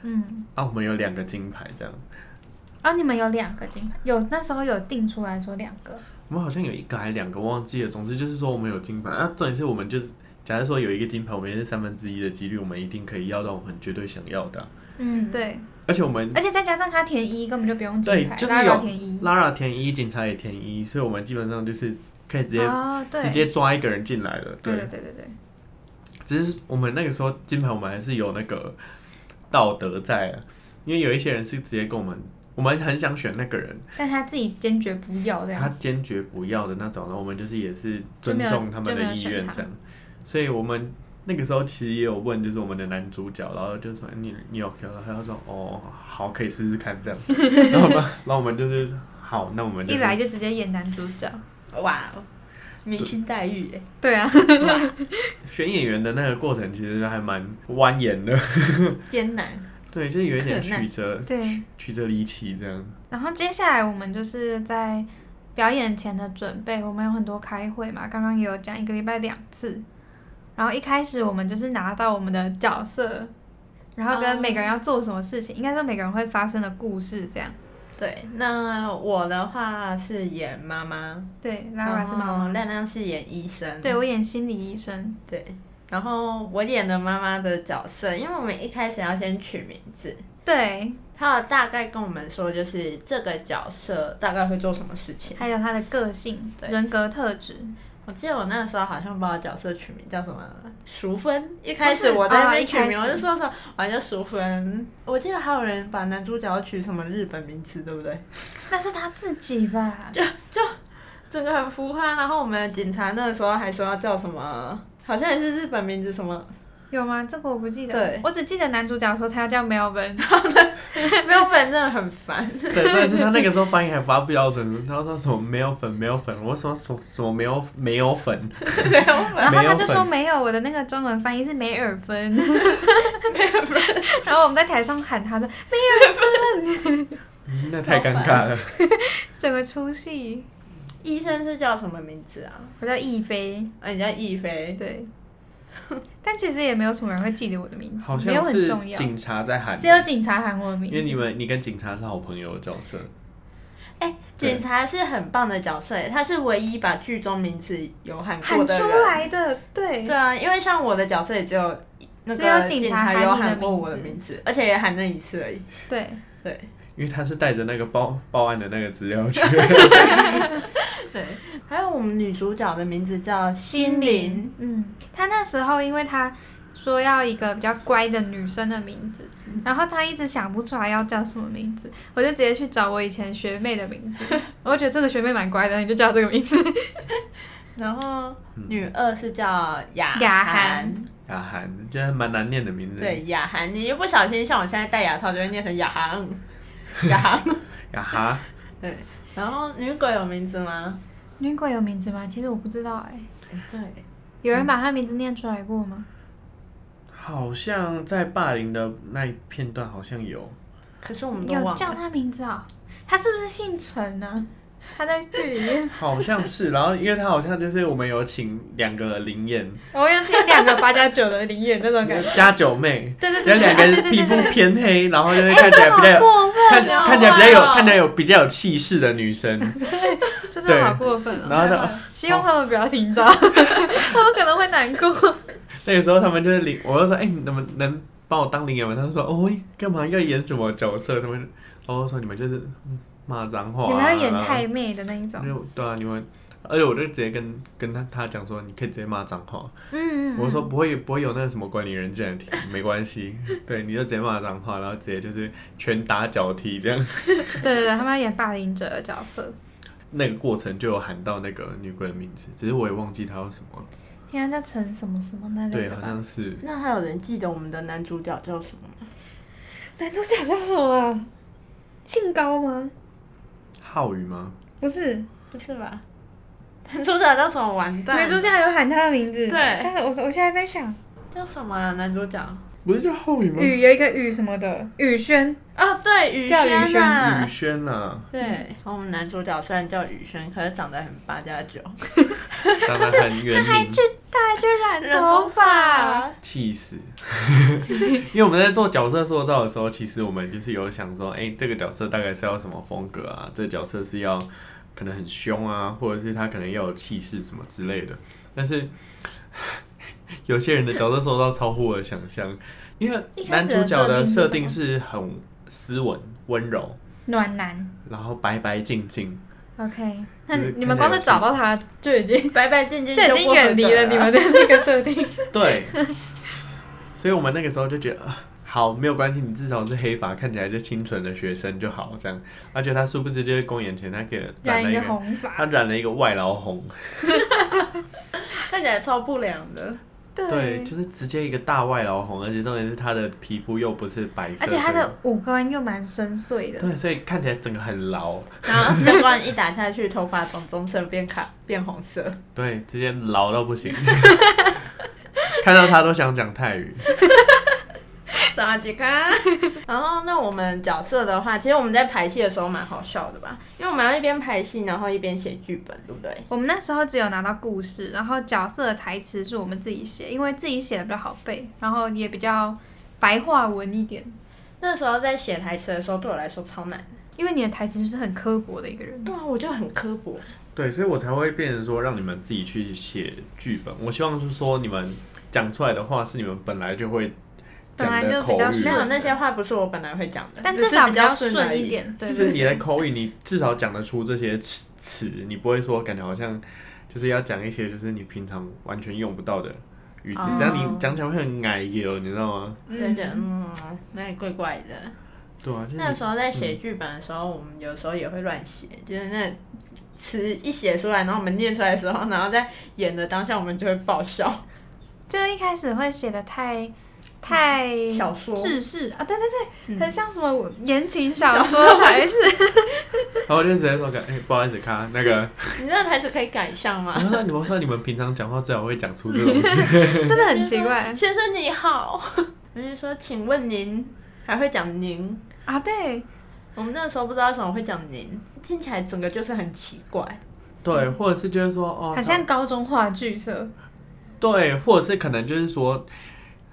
S1: 嗯，
S3: 啊，我们有两个金牌这样，
S1: 哦，你们有两个金牌，有那时候有定出来说两个，
S3: 我们好像有一个还两个忘记了，总之就是说我们有金牌。啊，重点是我们就是。假如说有一个金牌，我们也是三分之一的几率，我们一定可以要到我们绝对想要的啊。
S1: 嗯，对，
S3: 而且我们
S1: 而且再加上他填一，根本就不用
S3: 对
S1: 金牌，
S3: 就是
S1: 大家
S3: 有
S1: 都填一，
S3: Lara 填一，警察也填一，所以我们基本上就是可以直接、
S1: 哦，对，嗯
S3: 直接抓一个人进来了。
S1: 对对对对对，
S3: 只是我们那个时候金牌，我们还是有那个道德在、啊，因为有一些人是直接跟我们，我们很想选那个人，
S1: 但他自己坚决不要这
S3: 他
S1: 样，
S3: 坚决不要的那种，然后我们就是也是尊
S1: 啊就没有
S3: 重他们的意
S1: 就没有
S3: 愿
S1: 选他
S3: 这样，所以我们。那个时候其实也有问，就是我们的男主角，然后就说哎你你有 Q 了，他就说哦好，可以试试看这
S1: [laughs]
S3: 样，然后我们然后我们就是好，那我们就
S1: 一
S3: 是
S1: 来就直接演男主角，
S2: 哇哦，明星待遇耶，
S1: 对啊，
S2: 哇，
S3: 选演员的那个过程其实还蛮蜿
S1: [laughs]
S3: 蜒的，
S2: 艰难。
S3: 对，就是有一点
S2: 可耐
S3: 曲折，
S1: 对
S3: 曲曲折离奇这样。
S1: [laughs] 然后接下来我们就是在表演前的准备，我们有很多开会嘛，刚刚也有讲一个礼拜两次。然后一开始我们就是拿到我们的角色，然后跟
S2: 哦
S1: 每个人要做什么事情应该说每个人会发生的故事这样。
S2: 对，那我的话是演妈妈，
S1: 对
S2: 然
S1: ，Lara
S3: 哦
S1: 是妈
S2: 后
S1: 妈，
S2: 亮亮是演医
S3: 嗯
S2: 生，
S1: 对我演心理医生，
S2: 对，然后我演的妈妈的角色，因为我们一开始要先取名字，
S1: 对，
S2: 他有大概跟我们说，就是这个角色大概会做什么事情。
S1: 还有他的个性、
S2: 对
S1: 人格特质。
S2: 我记得我那个时候好像把我角色取名叫什么淑芬，一开始
S1: 不是
S2: 我在
S1: 哦
S2: 那
S1: 一
S2: 边取
S1: 开
S2: 名，
S1: 始
S2: 我就说什么我叫淑芬。我记得还有人把男主角取什么日本名词，对不对？
S1: 那是他自己吧？
S2: 整个很浮夸。然后我们警察那个时候还说要叫什么，好像也是日本名字什么， [laughs]
S1: 有吗？这个我不记得。
S2: 对
S1: 我只记得男主角说他要叫 [laughs] Melvin。
S2: 没有本真的很烦。
S3: 对，所以是他那个时候发音还发不标准，他说什么没有粉没有粉，我说什么什么没有没
S1: [laughs]
S3: 有粉，
S2: 没有本，
S1: 然后他就
S3: 没有
S1: 说
S3: 粉
S1: 没有，我的那个中文翻译是 [laughs] 梅尔芬， [laughs] 然后我们在台上喊他的，
S3: 嗯那太尴尬了。
S1: [laughs] 整个出戏。
S2: 医生是叫什么名字啊？
S1: 我叫亦菲，
S2: 啊，你叫亦菲。
S1: 对，但其实也没有什么人会记得我的名字
S3: 好，
S1: 没有
S3: 像
S1: 很
S3: 是
S1: 重要，
S3: 警察在喊，
S1: 只有警察喊我的名
S3: 因为你
S1: 字。
S3: 们你跟警察是好朋友的角色，
S2: 哎、
S3: 对
S2: 警察是很棒的角色耶，他是唯一把剧中名字有喊
S1: 喊
S2: 过
S1: 出
S2: 的人。
S1: 来的，对
S2: 对，啊，因为像我的角色也只有那
S1: 只有
S2: 个
S1: 警察
S2: 警
S1: 喊
S2: 有
S1: 你的
S2: 喊过
S1: 名
S2: 我的
S1: 字
S2: 名字，而且也喊那一次而已。
S1: 对，
S2: 对
S3: 因为他是带着那个报报案的那个资料去。 [laughs]
S2: 对，还有我们女主角的名字叫心
S1: 心
S2: 灵，，
S1: 嗯，他那时候因为他说要一个比较乖的女生的名字，然后他一直想不出来要叫什么名字，我就直接去找我以前学妹的名字， [laughs] 我就觉得这个学妹蛮乖的，你就叫这个名字。
S2: 然后女二是叫雅
S1: 雅
S2: 涵
S1: 涵，
S3: 雅涵，这还蛮难念的名字。
S2: 对，雅涵，你一不小心像我现在戴牙套就会念成雅涵， [laughs] 雅涵。
S3: 雅涵，
S2: 然后女鬼有名字吗？
S1: 女鬼有名字吗？其实我不知道哎、
S2: 对，
S1: 有人把她名字念出来过吗？
S3: 好像在霸凌的那一片段好像有，
S2: 可是我们都
S1: 有
S2: 忘
S1: 叫
S2: 了。
S1: 她名字啊、她是不是姓陈呢、她在剧里面，
S3: 好像是。然后因为他好像就是我们有请两个灵验，
S1: [laughs] 我要听两个八加九的灵眼那种感觉。
S3: 加九妹，
S1: 对对
S3: 有
S1: 对对哎
S3: 两
S1: 对
S3: 个
S1: 对
S3: 皮
S1: 对
S3: 肤
S1: 对，
S3: 偏黑，然后就是看起来比较
S1: 好
S3: 有
S1: 过分
S3: 看
S1: 哦！
S3: 看起来比较有
S2: 哇
S1: [laughs]
S3: 看起来有比较有气势的女生，
S1: 这真的好过分哦！
S3: 然后
S1: 太
S3: 到
S1: 坏了希望他们不要听 [laughs] 到，他们可能会难过。
S3: 那个时候他们就是领，我就说，哎、你们能帮我当领养吗？他们说，哦，干嘛要演什么角色？他们就，哦，我说你们就是嗯骂脏话、啊，
S1: 你们要演
S3: 然后
S1: 太妹的那一种，
S3: 就对啊，你们，而且我就直接跟跟他他讲说，你可以直接骂脏话。
S1: 嗯，嗯
S3: 我就说不会不会有那个什么管理人这样的题，没关系， [laughs] 对，你就直接骂脏话，然后直接就是拳打脚踢这样。 [laughs]
S1: 对对对，他们要演霸凌者的角色。
S3: 那个过程就有喊到那个女鬼的名字，只是我也忘记她叫什么。
S1: 应该叫陈什么什么那类
S3: 对，
S1: 的
S3: 好
S1: 吧？
S3: 像是
S2: 那还有人记得我们的男主角叫什么吗？
S1: 男主角叫什么啊？姓高吗？
S3: 浩宇吗？
S1: 不是，
S2: 不是吧？男主角叫什么？完蛋！
S1: 女主角有喊他的名字。
S2: 对
S1: 但是我我现在在想，
S2: 叫什么啊？男主角？
S3: 不是叫浩宇吗？
S1: 雨有一个雨什么的，雨轩，
S2: 啊，对，宇
S1: 叫宇
S2: 轩啊
S3: 宇。轩呐，
S2: 对，嗯我们男主角虽然叫宇轩，可是长得很八加九，
S1: 哦
S2: [laughs]
S3: 当然很原名，
S1: 他还去染头
S2: 头
S1: 发。
S2: 发。
S3: 气死！因为我们在做角色塑造的时候，其实我们就是有想说，哎、这个角色大概是要什么风格啊？这个角色是要可能很凶啊，或者是他可能要有气势什么之类的。但是 [laughs] 有些人的角色塑造超乎我的想象，因为
S1: 一开
S3: 男
S1: 始
S3: 主
S1: 的
S3: 角的设
S1: 设
S3: 定
S1: 定
S3: 是很斯文、温柔，
S1: 暖男
S3: 然后白白净净，
S1: ，OK，那
S3: 就是
S1: 你们光是找到他就已经
S2: [laughs] 白白净净
S1: 就
S2: 就
S1: 已经远离了你们
S2: 们。
S1: 的那个设定。
S3: 对， [laughs] 所以我们那个时候就觉得，啊好，没有关系，你至少是黑发，看起来就清纯的学生就好，这样。而且他殊不知，就是公演前他给染
S1: [laughs] 染
S3: 了
S1: 一
S3: 一
S1: 个
S3: 个，
S1: 红发
S3: 他，染了一个外劳红，
S2: [laughs] 看起来超不良的。
S1: [laughs]
S3: 对，就是直接一个大外劳红，而且重点是他的皮肤又不是白色，
S1: 而且他
S3: 所
S1: 的五官又蛮深邃
S3: 以
S1: 的，
S3: 对，所以看起来整个很牢，
S2: 然后灯光一打下去，头发从棕色变卡变红
S1: [laughs]
S2: 色。
S3: 对，直接牢到不行。看到他都想讲泰语，
S2: 萨吉
S1: 啊
S2: 卡。 [laughs] 然后，那我们角色的话，其实我们在排戏的时候蛮好笑的吧，因为我们要一边排戏，然后一边写剧本，对不对？
S1: 我们那时候只有拿到故事，然后角色的台词是我们自己写，因为自己写的比较好背，然后也比较白话文一点。
S2: 那时候在写台词的时候，对我来说超难。
S1: 因为你的台词就是很刻薄的一个人，
S2: 对啊，我就很刻薄。
S3: 对，所以我才会变成说让你们自己去写剧本。我希望是说你们讲出来的话是你们本来就会
S1: 本
S3: 讲
S1: 来
S3: 的
S1: 就
S3: 口
S1: 比较
S3: 语
S2: 没
S1: 顺，
S2: 有那些话不是我本来会讲的，
S1: 但
S2: 只
S1: 至
S2: 是
S1: 少
S2: 比
S1: 较
S2: 而
S1: 顺
S2: 已
S1: 一。点，对
S3: 就
S1: 对
S3: 是
S1: 对
S3: 你的口语，你至少讲得出这些词词，你不会说感觉好像就是要讲一些就是你平常完全用不到的语词
S2: 哦，
S3: 这样你讲起来会很矮油，你知道吗？
S2: 就觉得嗯，那怪怪的。
S3: 对啊，就是
S2: 那
S3: 你
S2: 时候在写剧本的时候，我们有时候也会乱写，就是那词一写出来，然后我们念出来的时候，然后在演的当下，我们就会爆笑。
S1: 就一开始会写的太太
S2: 小说
S1: 志士啊，对对对，
S2: 嗯
S1: 很像什么我言情小说还是
S3: 然后我就直接说，哎、不好意思，看
S1: [laughs]
S3: 那个，
S2: 你那个台词可以改一下吗
S3: 然？后你们说你们平常讲话最好会讲出这种
S1: [laughs]
S3: 字，
S1: 真的很奇
S2: [laughs]
S1: 怪
S2: 先生你好，我就说，请问您，还会讲您。
S1: 啊，对，
S2: 我们那时候不知道为什么会讲您，听起来整个就是很奇怪。
S3: 对，或者是就是说哦，
S1: 很像高中话剧社，
S3: 对，或者是可能就是说，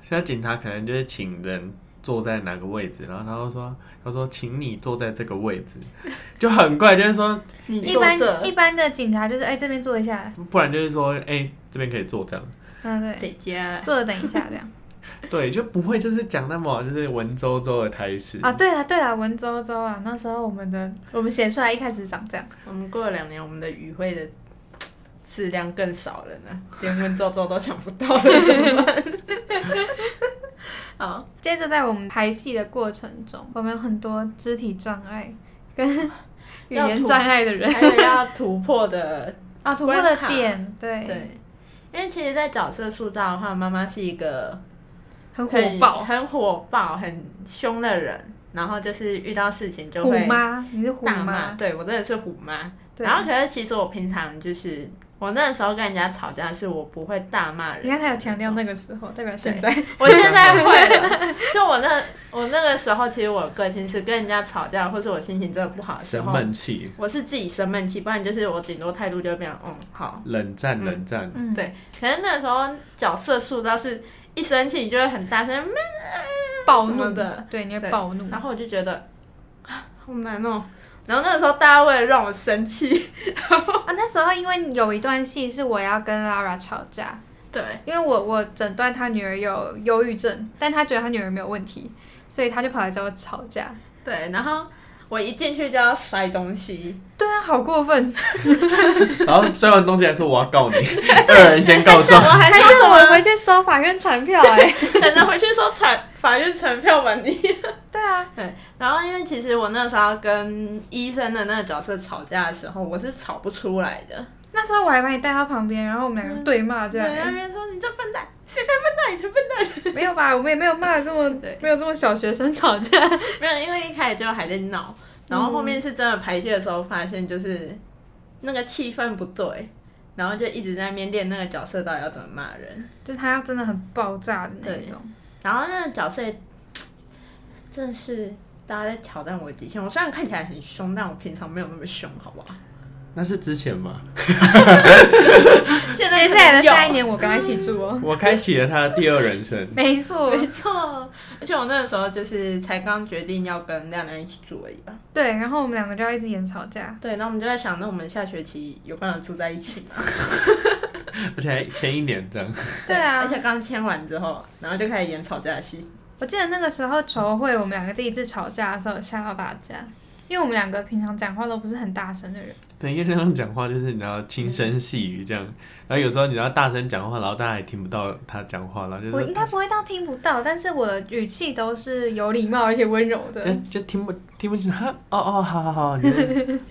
S3: 现在警察可能就是请人坐在哪个位置，然后他会说，他说请你坐在这个位置， [laughs] 就很怪，就是说，
S2: 你
S1: 一
S2: 坐
S1: 般
S2: 这
S1: 一，般的警察就是哎这边坐一下，
S3: 不然就是说，哎、这边可以坐这样，
S1: 啊对，
S2: 姐姐，
S1: 坐着等一下这样
S3: 对，就不会就是讲那么就是文绉绉的台词
S1: 啊，对啊对啊，文绉绉啊，那时候我们的我们写出来一开始长这样，
S2: 我们过了两年，我们的语汇的质量更少了 [laughs] 呢，连文绉绉都想不到了，怎么办？好，
S1: 接着在我们排戏的过程中，我们有很多肢体障碍
S2: [laughs]
S1: 跟语
S2: 要
S1: 言
S2: 吐
S1: 障碍的人
S2: 还有要突破的
S1: 啊，突破的
S2: 关卡
S1: 点对，
S2: 对，因为其实，在角色塑造的话，妈妈是一个
S1: 很火爆，
S2: 很火爆、很凶的人，然后就是遇到事情就
S1: 虎
S2: 会
S1: 妈，你是虎
S2: 大骂。
S1: 妈，
S2: 对我真的是虎妈。
S1: 对
S2: 然后，可是其实我平常就是我那时候跟人家吵架，是我不会大骂人。
S1: 你看他有强调那个时候，代表现在，
S2: 我现在会了。就我那我那个时候，其实我个性是跟人家吵架，或者我心情真的不好的时
S3: 生
S2: 候，
S3: 闷气、
S2: 我是自己生闷气，不然就是我顶多态度就会变成嗯好，
S3: 冷战、
S2: 嗯
S3: 冷战，
S1: 嗯，
S2: 对，可是那时候角色塑造是一生气你就会很大声，嗯
S1: 暴
S2: 什
S1: 怒
S2: 么的，
S1: 对，你会
S2: 对
S1: 暴怒，
S2: 然后我就觉得啊好难哦、然后那个时候大家为了让我生气， [laughs]
S1: 啊，那时候因为有一段戏是我要跟 Lara 吵架，
S2: 对，
S1: 因为我我诊断他女儿有忧郁症，但他觉得他女儿没有问题，所以他就跑来找我吵架。
S2: 对，然后我一进去就要摔东西，
S1: 对啊，好过分！
S3: 然后摔完东西还说我要告你，二人先告状
S2: 我。
S1: [laughs]
S2: 还
S1: 还
S2: 说
S1: 是
S2: 什
S1: [laughs] 我回
S2: 么？
S1: 去收法院传票哎、
S2: 等着回去说传法院传票吧你。
S1: 对啊，
S2: 对，然后因为其实我那时候跟医生的那个角色吵架的时候，我是吵不出来的。
S1: 那时候我还把你带到旁边，然后我们两个对骂这
S2: 对，
S1: 样、
S2: 那
S1: 欸，
S2: 边说你这笨蛋，谁才笨蛋，你才笨蛋。
S1: 没有吧？我们也没有骂这么
S2: 对
S1: 没有这么小学生吵架。
S2: 没有，因为一开始就还在闹，然后后面是真的排泄的时候发现就是那个气氛不对，然后就一直在那边练那个角色到底要怎么骂人，
S1: [laughs] 就是他要真的很爆炸的那种。
S2: 然后那个角色也真的是大家在挑战我的极限。我虽然看起来很凶，但我平常没有那么凶，好不好？
S3: 那是之前嘛，
S2: 现在
S1: 接下来的
S2: 可能有
S1: 下一，年，我跟他一起住哦。
S3: 我开启了他的第二人生。
S1: [laughs] 没错，
S2: 没错，而且我那个时候就是才刚决定要跟亮亮一起住而已吧。
S1: [laughs] 对，然后我们两个就要一直演吵架。
S2: 对，那我们就在想，那我们下学期有办法住在一起吗？
S3: 而且还前一年这样，
S1: [laughs] 对啊
S2: 而且刚签完之后，然后就开始演吵架的戏。 [laughs]
S1: 我记得那个时候筹会，我们两个第一次吵架的时候有吓到大家，因为我们两个平常讲话都不是很大声的人。
S3: 对，因为那样讲话就是你知道轻声细语这样，然后有时候你要大声讲话，然后大家也听不到他讲话，然后
S1: 我
S3: 就是
S1: 应该不会到听不到，但是我的语气都是有礼貌而且温柔的。
S3: 就就听不听不清，哈哦哦，好好好， [laughs] 你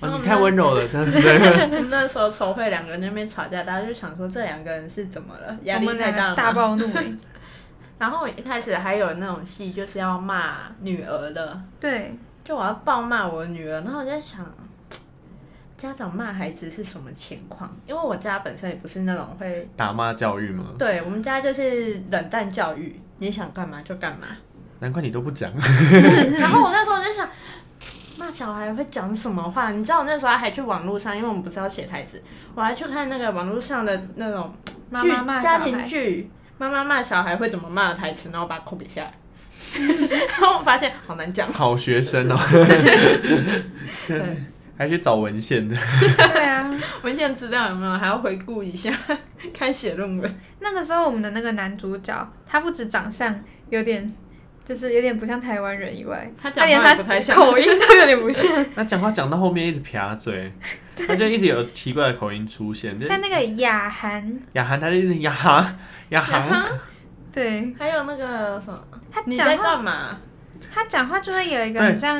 S3: 哦你太温柔了，真的 [laughs] 对，
S2: 我们那时候筹会两个人在那边吵架，大家就想说这两个人是怎么了， [laughs] 压力
S1: 我们
S2: 太
S1: 两个大
S2: 大了吗。
S1: 暴怒、
S2: [laughs]
S1: 欸。
S2: 然后我一开始还有那种戏就是要骂女儿的，
S1: 对，
S2: 就我要暴骂我女儿，然后我就在想，家长骂孩子是什么情况？因为我家本身也不是那种会，
S3: 打骂教育嘛，
S2: 对我们家就是冷淡教育，你想干嘛就干嘛。
S3: 难怪你都不讲，
S2: [laughs] 然后我那时候就想，骂小孩会讲什么话？你知道我那时候还去网络上，因为我们不是要写台词，我还去看那个网络上的那种
S1: 妈
S2: 剧
S1: 妈骂
S2: 家
S1: 小 [laughs]
S2: 庭
S1: 孩
S2: 剧，妈妈骂小孩会怎么骂的台词，然后把它 copy 下来。 [laughs] 然后我发现好难讲，
S3: 好学生哦， [laughs] 对还去找文献的， [laughs]
S1: 对啊，
S2: 文献资料有没有？还要回顾一下， [laughs] 看写论文。
S1: 那个时候我们的那个男主角，他不止长相有点，就是有点不像台湾人以外，
S2: 他
S1: 他
S2: 讲
S1: 连
S2: 话
S1: 他
S2: 也不太像，
S1: 口音都有点不
S2: [laughs]
S1: 像，
S3: 那讲话讲到后面一直撇嘴，他就一直有奇怪的口音出现，就是
S1: 像那个雅涵，
S3: 雅涵，他就一直雅涵雅
S2: 然
S3: 涵，
S2: 后
S1: 对
S2: 还有那个什么，
S1: 他
S2: 你在
S1: 讲话，
S2: 干嘛？
S1: 他讲话就会有一个
S3: 对
S1: 很像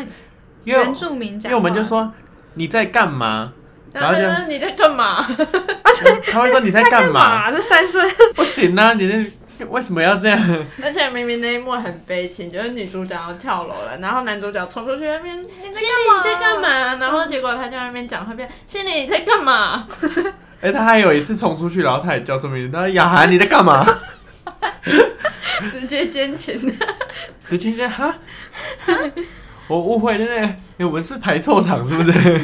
S3: 因为
S1: 原住民
S3: 因
S1: 讲话，
S3: 为我们就说你在干嘛，然
S2: 然
S3: 后
S2: 后
S3: 就
S2: 就你在干嘛？ [laughs]
S3: 他会说你在干
S1: 干
S3: 嘛？
S1: 嘛？这三声，
S3: [laughs] 不行啊，你那为什么要这样？ [laughs]
S2: 而且明明那一幕很悲情，就是女主角要跳楼了，然后男主角冲出去那边，心里你在干嘛？然后结果他就在那边讲，他变心里你在干嘛？ [laughs]
S3: 哎、他还有一次冲出去，然后他也叫这么一句，他说雅涵你在干嘛？ [laughs]
S2: 直接奸情。
S3: 直接就哈， [laughs] 我误会对不对？哎、我们是排错场是不是？ [laughs]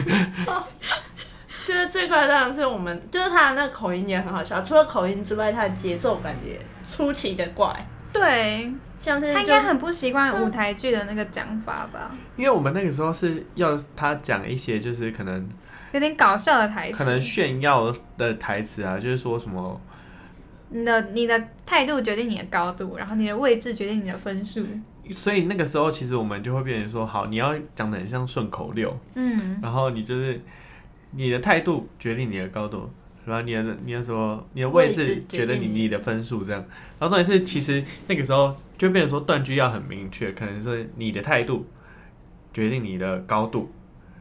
S2: 就是最夸张的是我们，就是他的那个口音也很好笑，除了口音之外，他的节奏感觉出奇的怪，
S1: 对
S2: 像是
S1: 他应
S2: 就
S1: 该很不习惯舞台剧的那个讲法吧，
S3: 因为我们那个时候是要他讲一些就是可能
S1: 有点搞笑的台词，
S3: 可能炫耀的台词啊，就是说什么
S1: 你的你的态度决定你的高度，然后你的位置决定你的分数，
S3: 所以那个时候，其实我们就会变成说，好，你要讲的很像顺口溜，
S1: 嗯，
S3: 然后你就是你的态度决定你的高度，然后你的你的什么你的位
S2: 位
S3: 置
S2: 置决
S3: 决定你
S2: 定你
S3: 你的分数这样。然后重点是，其实那个时候就变成说断句要很明确，可能是你的态度决定你的高度，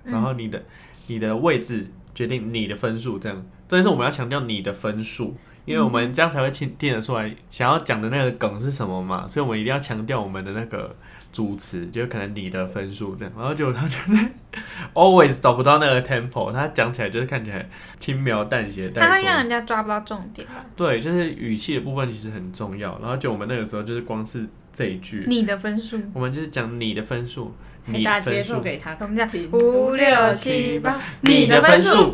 S1: 嗯
S3: 然后你的、你的位置决定你的分数这样。但是我们要强调你的分数。因为我们这样才会听听得出来想要讲的那个梗是什么嘛，所以我们一定要强调我们的那个主词，就是可能你的分数这样。然后结果他就是 [laughs] always 找不到那个 tempo，他讲起来就是看起来轻描淡写带
S1: 他会
S3: 过。
S1: 让人家抓不到重点。
S3: 对，就是语气的部分其实很重要。然后就我们那个时候就是光是这一句，
S1: 你的分数，
S3: 我们就是讲你的分数，
S2: 很
S3: 你
S2: 大
S3: 的
S2: 节
S3: 分
S2: 奏
S3: 数，
S2: 给他。
S1: 我们讲
S2: 听
S1: 五六七八，
S3: 你的分数，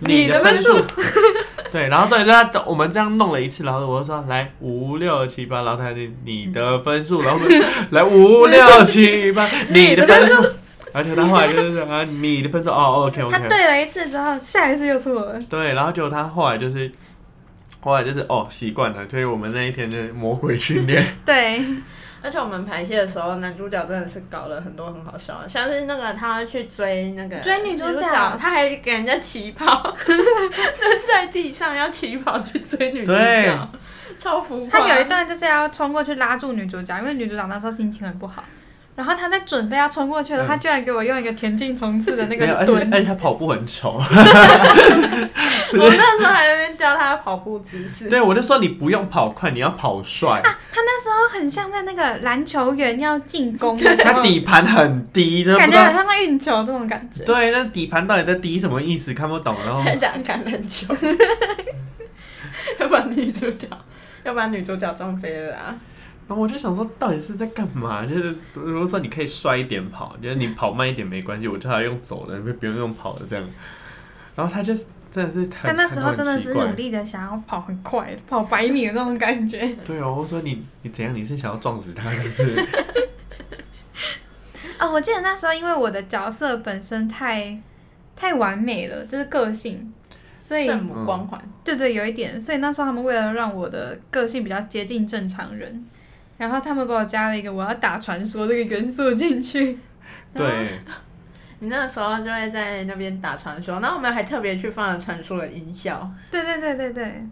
S1: 你的分数
S3: 你的分数。对，然后再加我们这样弄了一次，然后我就说来五六七八，然
S1: [laughs]
S3: 后他就你的分数，然后我们来五六七八，你的分数，而且他后来就是啊，你的分数哦，OK
S1: 他
S3: OK，
S1: 对了一次之后，下一次又错了。
S3: 对，然后结果他后来就是，后来就是哦习惯了，所以我们那一天就是魔鬼训练，
S1: 对，
S2: 而且我们排戏的时候，男主角真的是搞了很多很好笑的，像是那个他去追那个
S1: 追女主角
S2: 他还给人家起跑， [laughs] 蹲在地上要起跑去追女主
S3: 对
S2: 角，超浮夸。
S1: 他有一段就是要冲过去拉住女主角，因为女主角那时候心情很不好。然后他在准备要冲过去了，
S3: 嗯
S1: 他居然给我用一个田径冲刺 [laughs] 的那
S3: 没
S1: 个
S3: 有，哎而且
S1: 蹲，
S3: 而且他跑步很
S1: [laughs]
S3: 丑，
S2: 我那时候还在那边教他跑步姿势，
S3: 对我就说你不用跑快，你要跑
S1: [laughs]
S3: 帅，
S1: 他啊那时候很像在那个篮球员要进攻的时
S3: 他
S1: 候，
S3: 底盘很低，就不
S1: 感
S3: 知
S1: 觉很
S3: 道。
S1: 像在运球那种感觉。
S3: 对，那底盘到底在低什么意思？看不懂，
S2: [laughs]
S3: 然后
S2: 还打橄榄球， [laughs] 要把女主角要把女主角撞飞了啊！
S3: 然后我就想说，到底是在干嘛？就是如果说你可以摔一点跑，就是你跑慢一点没关系，我叫他用走的，不用用跑的这样。然后他就是真的是
S1: 他
S3: 很，
S1: 那时候
S3: 很
S1: 真的是努，力的想要跑很快，跑百米的那种感觉。 [laughs]
S3: 很奇怪对哦，我说你你怎样？你是想要撞死他是不是？
S1: 啊、我记得那时候因为我的角色本身太太完美了，就是个性，所以
S2: 圣母光环，
S1: 对对，有一点。所以那时候他们为了让我的个性比较接近正常人，然后他们把我加了一个我要打传说这个元素进去。啊
S3: 对，
S2: 你那时候就会在那边打传说，然后我们还特别去放了传说的音效，
S1: 对对对对对，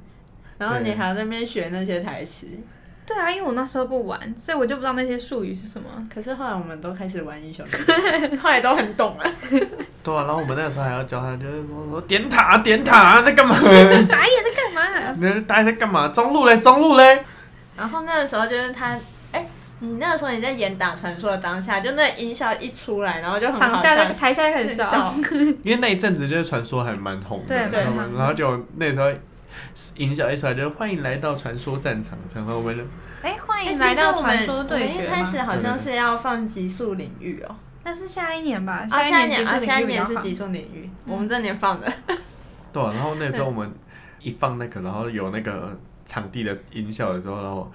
S2: 然后你
S3: 对
S2: 还在那边学那些台词。
S1: 对啊，因为我那时候不玩，所以我就不知道那些术语是什么。
S2: 可是后来我们都开始玩英雄联
S1: [laughs]
S2: 盟，后来都很懂了。
S3: 对啊。然后我们那个时候还要教他，就是说说点塔点塔在干嘛？ [laughs]
S1: 打野在干嘛？
S3: 那大家在干嘛？中路嘞，中路嘞。
S2: 然后那个时候就是他，哎、你那个时候你在演打传说的当下，就那音效一出来，然后就很好
S1: 场下就台下就很
S2: 很
S1: 少。，
S3: 因为那一阵子就是传说还蛮红的，
S1: 对
S3: 然后
S1: 蛮红的
S3: 然后就那时候影响一出来，就是欢迎来到传说战场，然后我们就
S1: 哎，欢
S2: 哎
S1: 迎来到传说
S2: 其
S1: 对
S2: 实我们我们
S1: 决
S2: 一开始
S1: 吗。
S2: 好像是要放极速领域哦，
S1: 那是下一年吧，
S2: 啊，下
S1: 一
S2: 一
S1: 年
S2: 年啊，
S1: 技术
S2: 下一
S1: 领域比
S2: 年
S1: 较嗯
S2: 是
S1: 好
S2: 极速领域，我们这年
S1: [laughs]
S2: 放的。
S3: 对啊、然后那时候我们一放那个，然后有那个场地的音效的时候，然后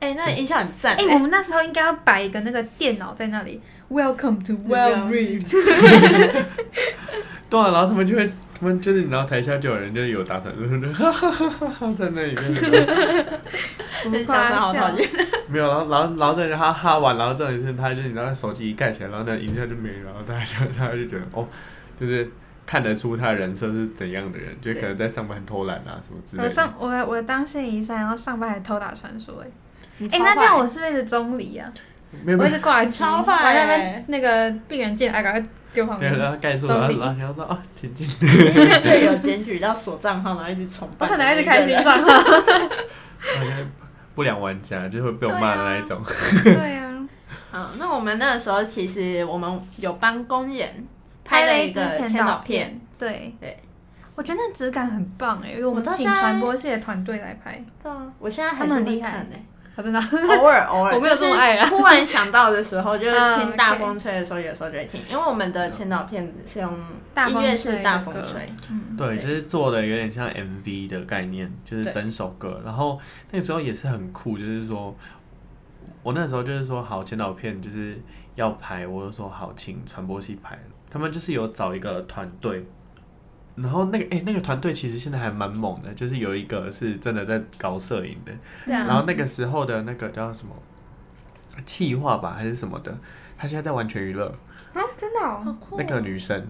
S2: 哎，那音效很赞
S1: 哎、我们那时候应该要摆一个那个电脑在那里，Welcome to Well
S2: [laughs]
S1: Read。
S3: 对、啊，然后他们就会，他们就是你知道台下就有人就是有打伞，就是哈哈哈哈哈在那里面
S2: 很小声，好讨
S1: [laughs]
S2: 厌。
S3: 没有，然后然后然后在那哈哈玩，然后重点是他就是你知道手机一盖起来，然后那音效就没了，然后大家就大家就觉得哦，就是看得出他的人设是怎样的人，就可能在上班偷懒啊什么之类
S1: 我
S3: 的。
S1: 上我我当县医生，然后上班还偷打传说、哎
S2: 你
S1: 哎、
S2: 超
S1: 那这样
S2: 坏
S1: 我是不是一直中离啊？
S3: 没有
S1: 我
S3: 没
S1: 一
S3: 有，
S1: 直挂
S2: 你
S1: 机，
S2: 超坏
S1: 我在那边那个病人进来，赶快丢旁
S3: 对，啊
S1: 边。
S3: 然后盖住
S1: 中
S3: 了，然
S1: 立
S3: 后然后说啊，请进。
S1: [laughs]
S2: 队友检举到锁账号，然后一直崇拜。
S1: 我可能一直开心。上。 [laughs]
S3: 好像不良玩家就会被我骂
S1: 啊
S3: 的那一种。
S1: 对啊，
S2: 嗯，那我们那个时候其实我们有帮公演
S1: 拍
S2: 了
S1: 了
S2: 一
S1: 一支
S2: 个
S1: 前
S2: 签
S1: 导
S2: 导片，，
S1: 对
S2: 对。
S1: 我觉得那质感很棒哎、因为我
S2: 我
S1: 们
S2: 到
S1: 请
S2: 现在
S1: 传播系的团队来 [laughs] 拍，
S2: 对啊，我现在还
S1: 他
S2: 是
S1: 们很
S2: 会
S1: 厉害
S2: 看呢，欸
S1: 我
S3: [laughs]
S1: 真的
S2: 偶尔偶尔。
S1: [laughs] 我没有这么爱啊
S2: 就是忽然想到的时候，就是
S1: 嗯
S2: 听大
S1: OK
S2: 风吹的时候，有时候就会听，因为我们的签导片是用
S1: 大
S2: 音
S1: 风
S2: 乐
S1: 吹
S2: 是
S1: 的
S2: 大风
S1: 歌
S2: 吹。
S1: 嗯
S3: 对，
S2: 对
S3: 就是做的有点像 MV 的概念，就是
S2: 对
S3: 整首歌。然后那个时候也是很酷，就是说，我那时候就是说，好，前导片就是要拍，我就说好，请传播系拍。他们就是有找一个团队，然后那个哎、那个团队其实现在还蛮猛的，就是有一个是真的在搞摄影的，
S2: 对啊
S3: 然后那个时候的那个叫什么气化吧还是什么的，他现在在完全娱乐。
S1: 啊，真的、哦。
S2: 好酷
S3: 那个女生，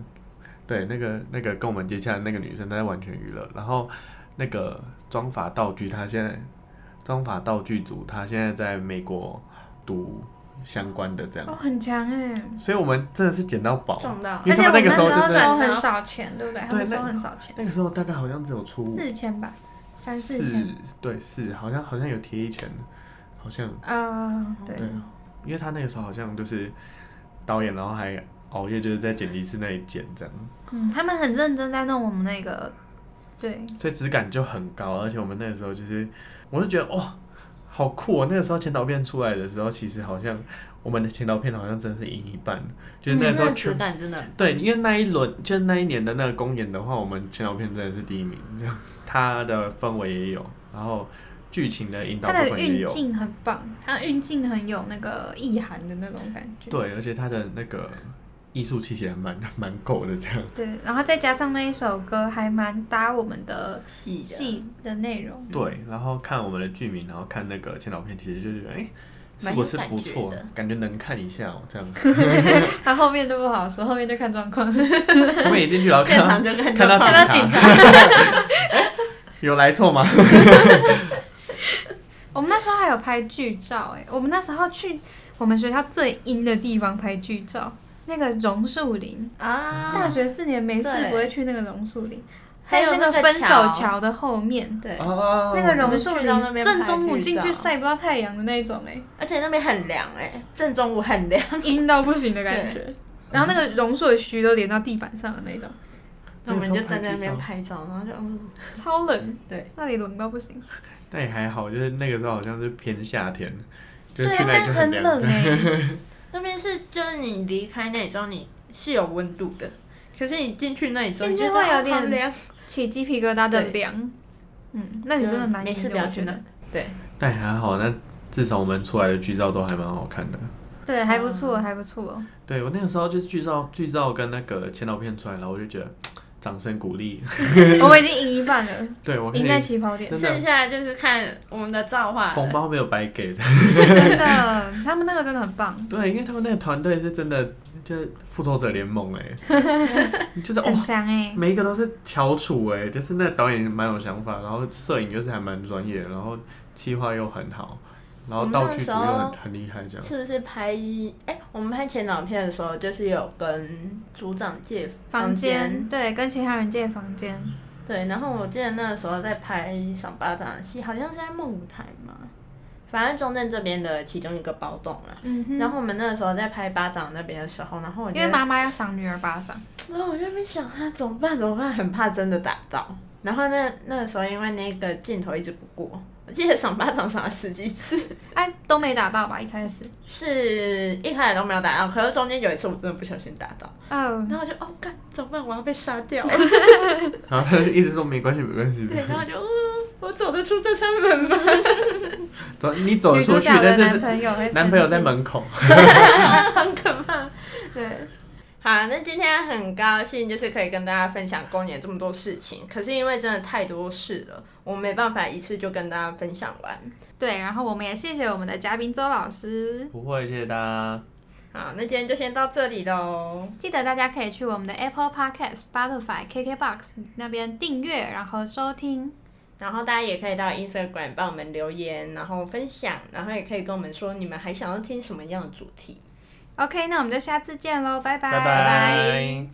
S3: 对，那个那个跟我们接洽的那个女生，她在完全娱乐，然后那个装法道具，她现在装法道具组，她现在在美国读相关的这样，
S1: 哦，很强哎、
S3: 所以我们真的是捡到宝。
S2: 撞到
S3: 因为
S1: 而且
S3: 他
S1: 我
S3: 们那
S1: 们
S3: 个时候就
S1: 那
S3: 是
S1: 时候收
S2: 是
S1: 很少钱，对不对？他们
S3: 对
S1: 收
S3: 那
S1: 很少钱，
S3: 那个时候大概好像只有出
S1: 四千吧，三四千。
S3: 四对四，好像好像有贴一钱，好像
S1: 啊，对
S3: 对，因为他那个时候好像就是导演，然后还熬夜就是在剪辑室那里剪这样。
S1: 嗯，他们很认真在弄我们那个，对，
S3: 所以质感就很高。而且我们那个时候就是，我就觉得哇、好酷哦！那个时候前导片出来的时候，其实好像我们的前导片好像真的是赢一半，就是那个时候
S2: 嗯质
S3: 全。
S2: 感真的
S3: 对，因为那一轮就是那一年的那个公演的话，我们前导片真的是第一名，这样它的氛围也有，然后剧情的引导
S1: 他
S3: 部
S1: 的
S3: 分也
S1: 运
S3: 有，
S1: 镜很棒，他运镜很有那个意涵的那种感觉。
S3: 对，而且它的那个艺术气息还蛮蛮够的这样。
S1: 对，然后再加上那一首歌，还蛮搭我们的
S2: 戏啊的
S1: 戏的内容。 [laughs]
S3: 对，然后看我们的剧名，然后看那个千岛片，其实就觉得哎、是
S2: 蛮
S3: 不
S2: 有
S3: 是
S2: 感
S3: 不
S2: 觉
S3: 错
S2: 的，
S3: 感觉能看一下哦、这样。 [laughs]
S1: 他后面就不好说，后面就看状况。
S3: 我们也进去然后
S2: 现
S3: [laughs] 看
S2: 场
S3: 到
S2: 就看
S3: 看到
S2: 到
S1: 看到警
S3: 察， [laughs] 有来错吗？
S1: [laughs] 我们那时候还有拍剧照、欸，哎，我们那时候去我们学校最阴的地方拍剧照，那个榕树林。
S2: 啊，
S1: 大学四年没事
S2: 对
S1: 不会去那个榕树林，
S2: 还
S1: 在
S2: 有
S1: 个
S2: 个
S1: 分手，桥的后面，
S2: 对，
S3: 哦
S1: 那个
S2: 榕
S1: 榕树
S2: 我们去到那
S1: 林
S2: 边
S1: 正
S2: 拍
S1: 中午
S2: 剧
S1: 进去
S2: 照
S1: 晒不到太阳的那一种、欸，
S2: 而且那边很凉哎，正中午很凉，
S1: 哎，阴到不行的感觉。然后那个榕树的须都连到地板上的那种，
S2: 那我们就站在那边拍照，然后就嗯
S1: 超冷，
S2: 对，
S1: 那里冷到不行。
S3: 但也还好，就是那个时候好像是偏夏天，就是
S1: 对
S3: 去
S1: 啊，
S3: 那里
S1: 但
S3: 就
S1: 很
S3: 凉。
S1: 冷哎、
S3: [laughs]
S2: 那边是就是你离开那里之后你是有温度的，可是你进去那里之后
S1: 进去
S2: 你就觉得
S1: 会有
S2: 哦
S1: 点
S2: 好凉，
S1: 起鸡皮疙瘩的
S2: 对
S1: 凉。嗯，那你真的蛮
S2: 没
S1: 严
S2: 事
S1: 的，
S2: 不要
S1: 我
S2: 去
S1: 觉
S2: 那
S1: 得。，
S3: 但也还好，那至少我们出来的剧照都还蛮好看的。
S1: 对，还不错，还不
S3: [laughs]
S1: 错。
S3: 对我那个时候就是剧照，剧照跟那个前导片出来，然后我就觉得掌声鼓励。 [laughs]
S1: 我们已经赢一半了，
S3: 对我可以
S1: 赢在起跑点。
S3: 真
S2: 剩
S3: 的
S2: 下的就是看我们的造化
S3: [laughs] 红
S2: 了。
S3: 包没有白给 [laughs] 的。
S1: 真的，他们那个真的很棒，
S3: 对，因为他们那个团队是真的，就是复仇者联盟哎、就是 [laughs] 哦哇
S1: 很，强哎、
S3: 每一个都是翘楚哎、就是那导演蛮有想法，然后摄影就是还蛮专业，然后企划又很好，然后
S2: 我们
S3: 道
S2: 那
S3: 具组
S2: 时
S3: 又很
S2: 候
S3: 很厉害这 [laughs] 样。
S2: 是不是拍一？哎、我们拍前导片的时候，就是有跟组长借
S1: 房
S2: 间，
S1: 间对，跟其他人借房间，
S2: 对。然后我记得那个时候在拍《赏巴掌》的戏，好像是在梦舞台嘛，反正中正这边的其中一个包栋啦。
S1: 嗯哼，
S2: 然后我们那个时候在拍巴掌那边的时候，然后我就
S1: 因为妈妈要赏女儿巴掌，
S2: 然后我就在那边想啊，怎么办？怎么办？很怕真的打到。然后那那个时候，因为那个镜头一直不过，我记得赏巴掌赏了十几次，
S1: 哎、都没打到吧？一开始，
S2: 是一开始都没有打到，可是中间有一次我真的不小心打到，
S1: 嗯、
S2: 然后我就哦，干怎么办？我要被杀掉了。
S3: 然后他就一直说没关系，没关系。
S2: 对，然后就，嗯，我走得出这扇门吗？
S3: 走，你走
S1: 女主
S3: 出去，
S1: 角的
S3: 但
S1: 男
S3: 是
S1: 朋友会
S3: 男朋友在
S1: 生气
S3: 门口。
S2: 很可怕。对，好，那今天很高兴，就是可以跟大家分享公演这么多事情。可是因为真的太多事了，我没办法一次就跟大家分享完。
S1: 对，然后我们也谢谢我们的嘉宾周老师，
S3: 不会，谢谢大家。
S2: 好，那今天就先到这里喽。
S1: 记得大家可以去我们的 Apple Podcast、Spotify、KKBox 那边订阅，然后收听。
S2: 然后大家也可以到 Instagram 帮我们留言，然后分享，然后也可以跟我们说你们还想要听什么样的主题。
S1: OK，那我们就下次见喽，拜拜
S3: 拜拜。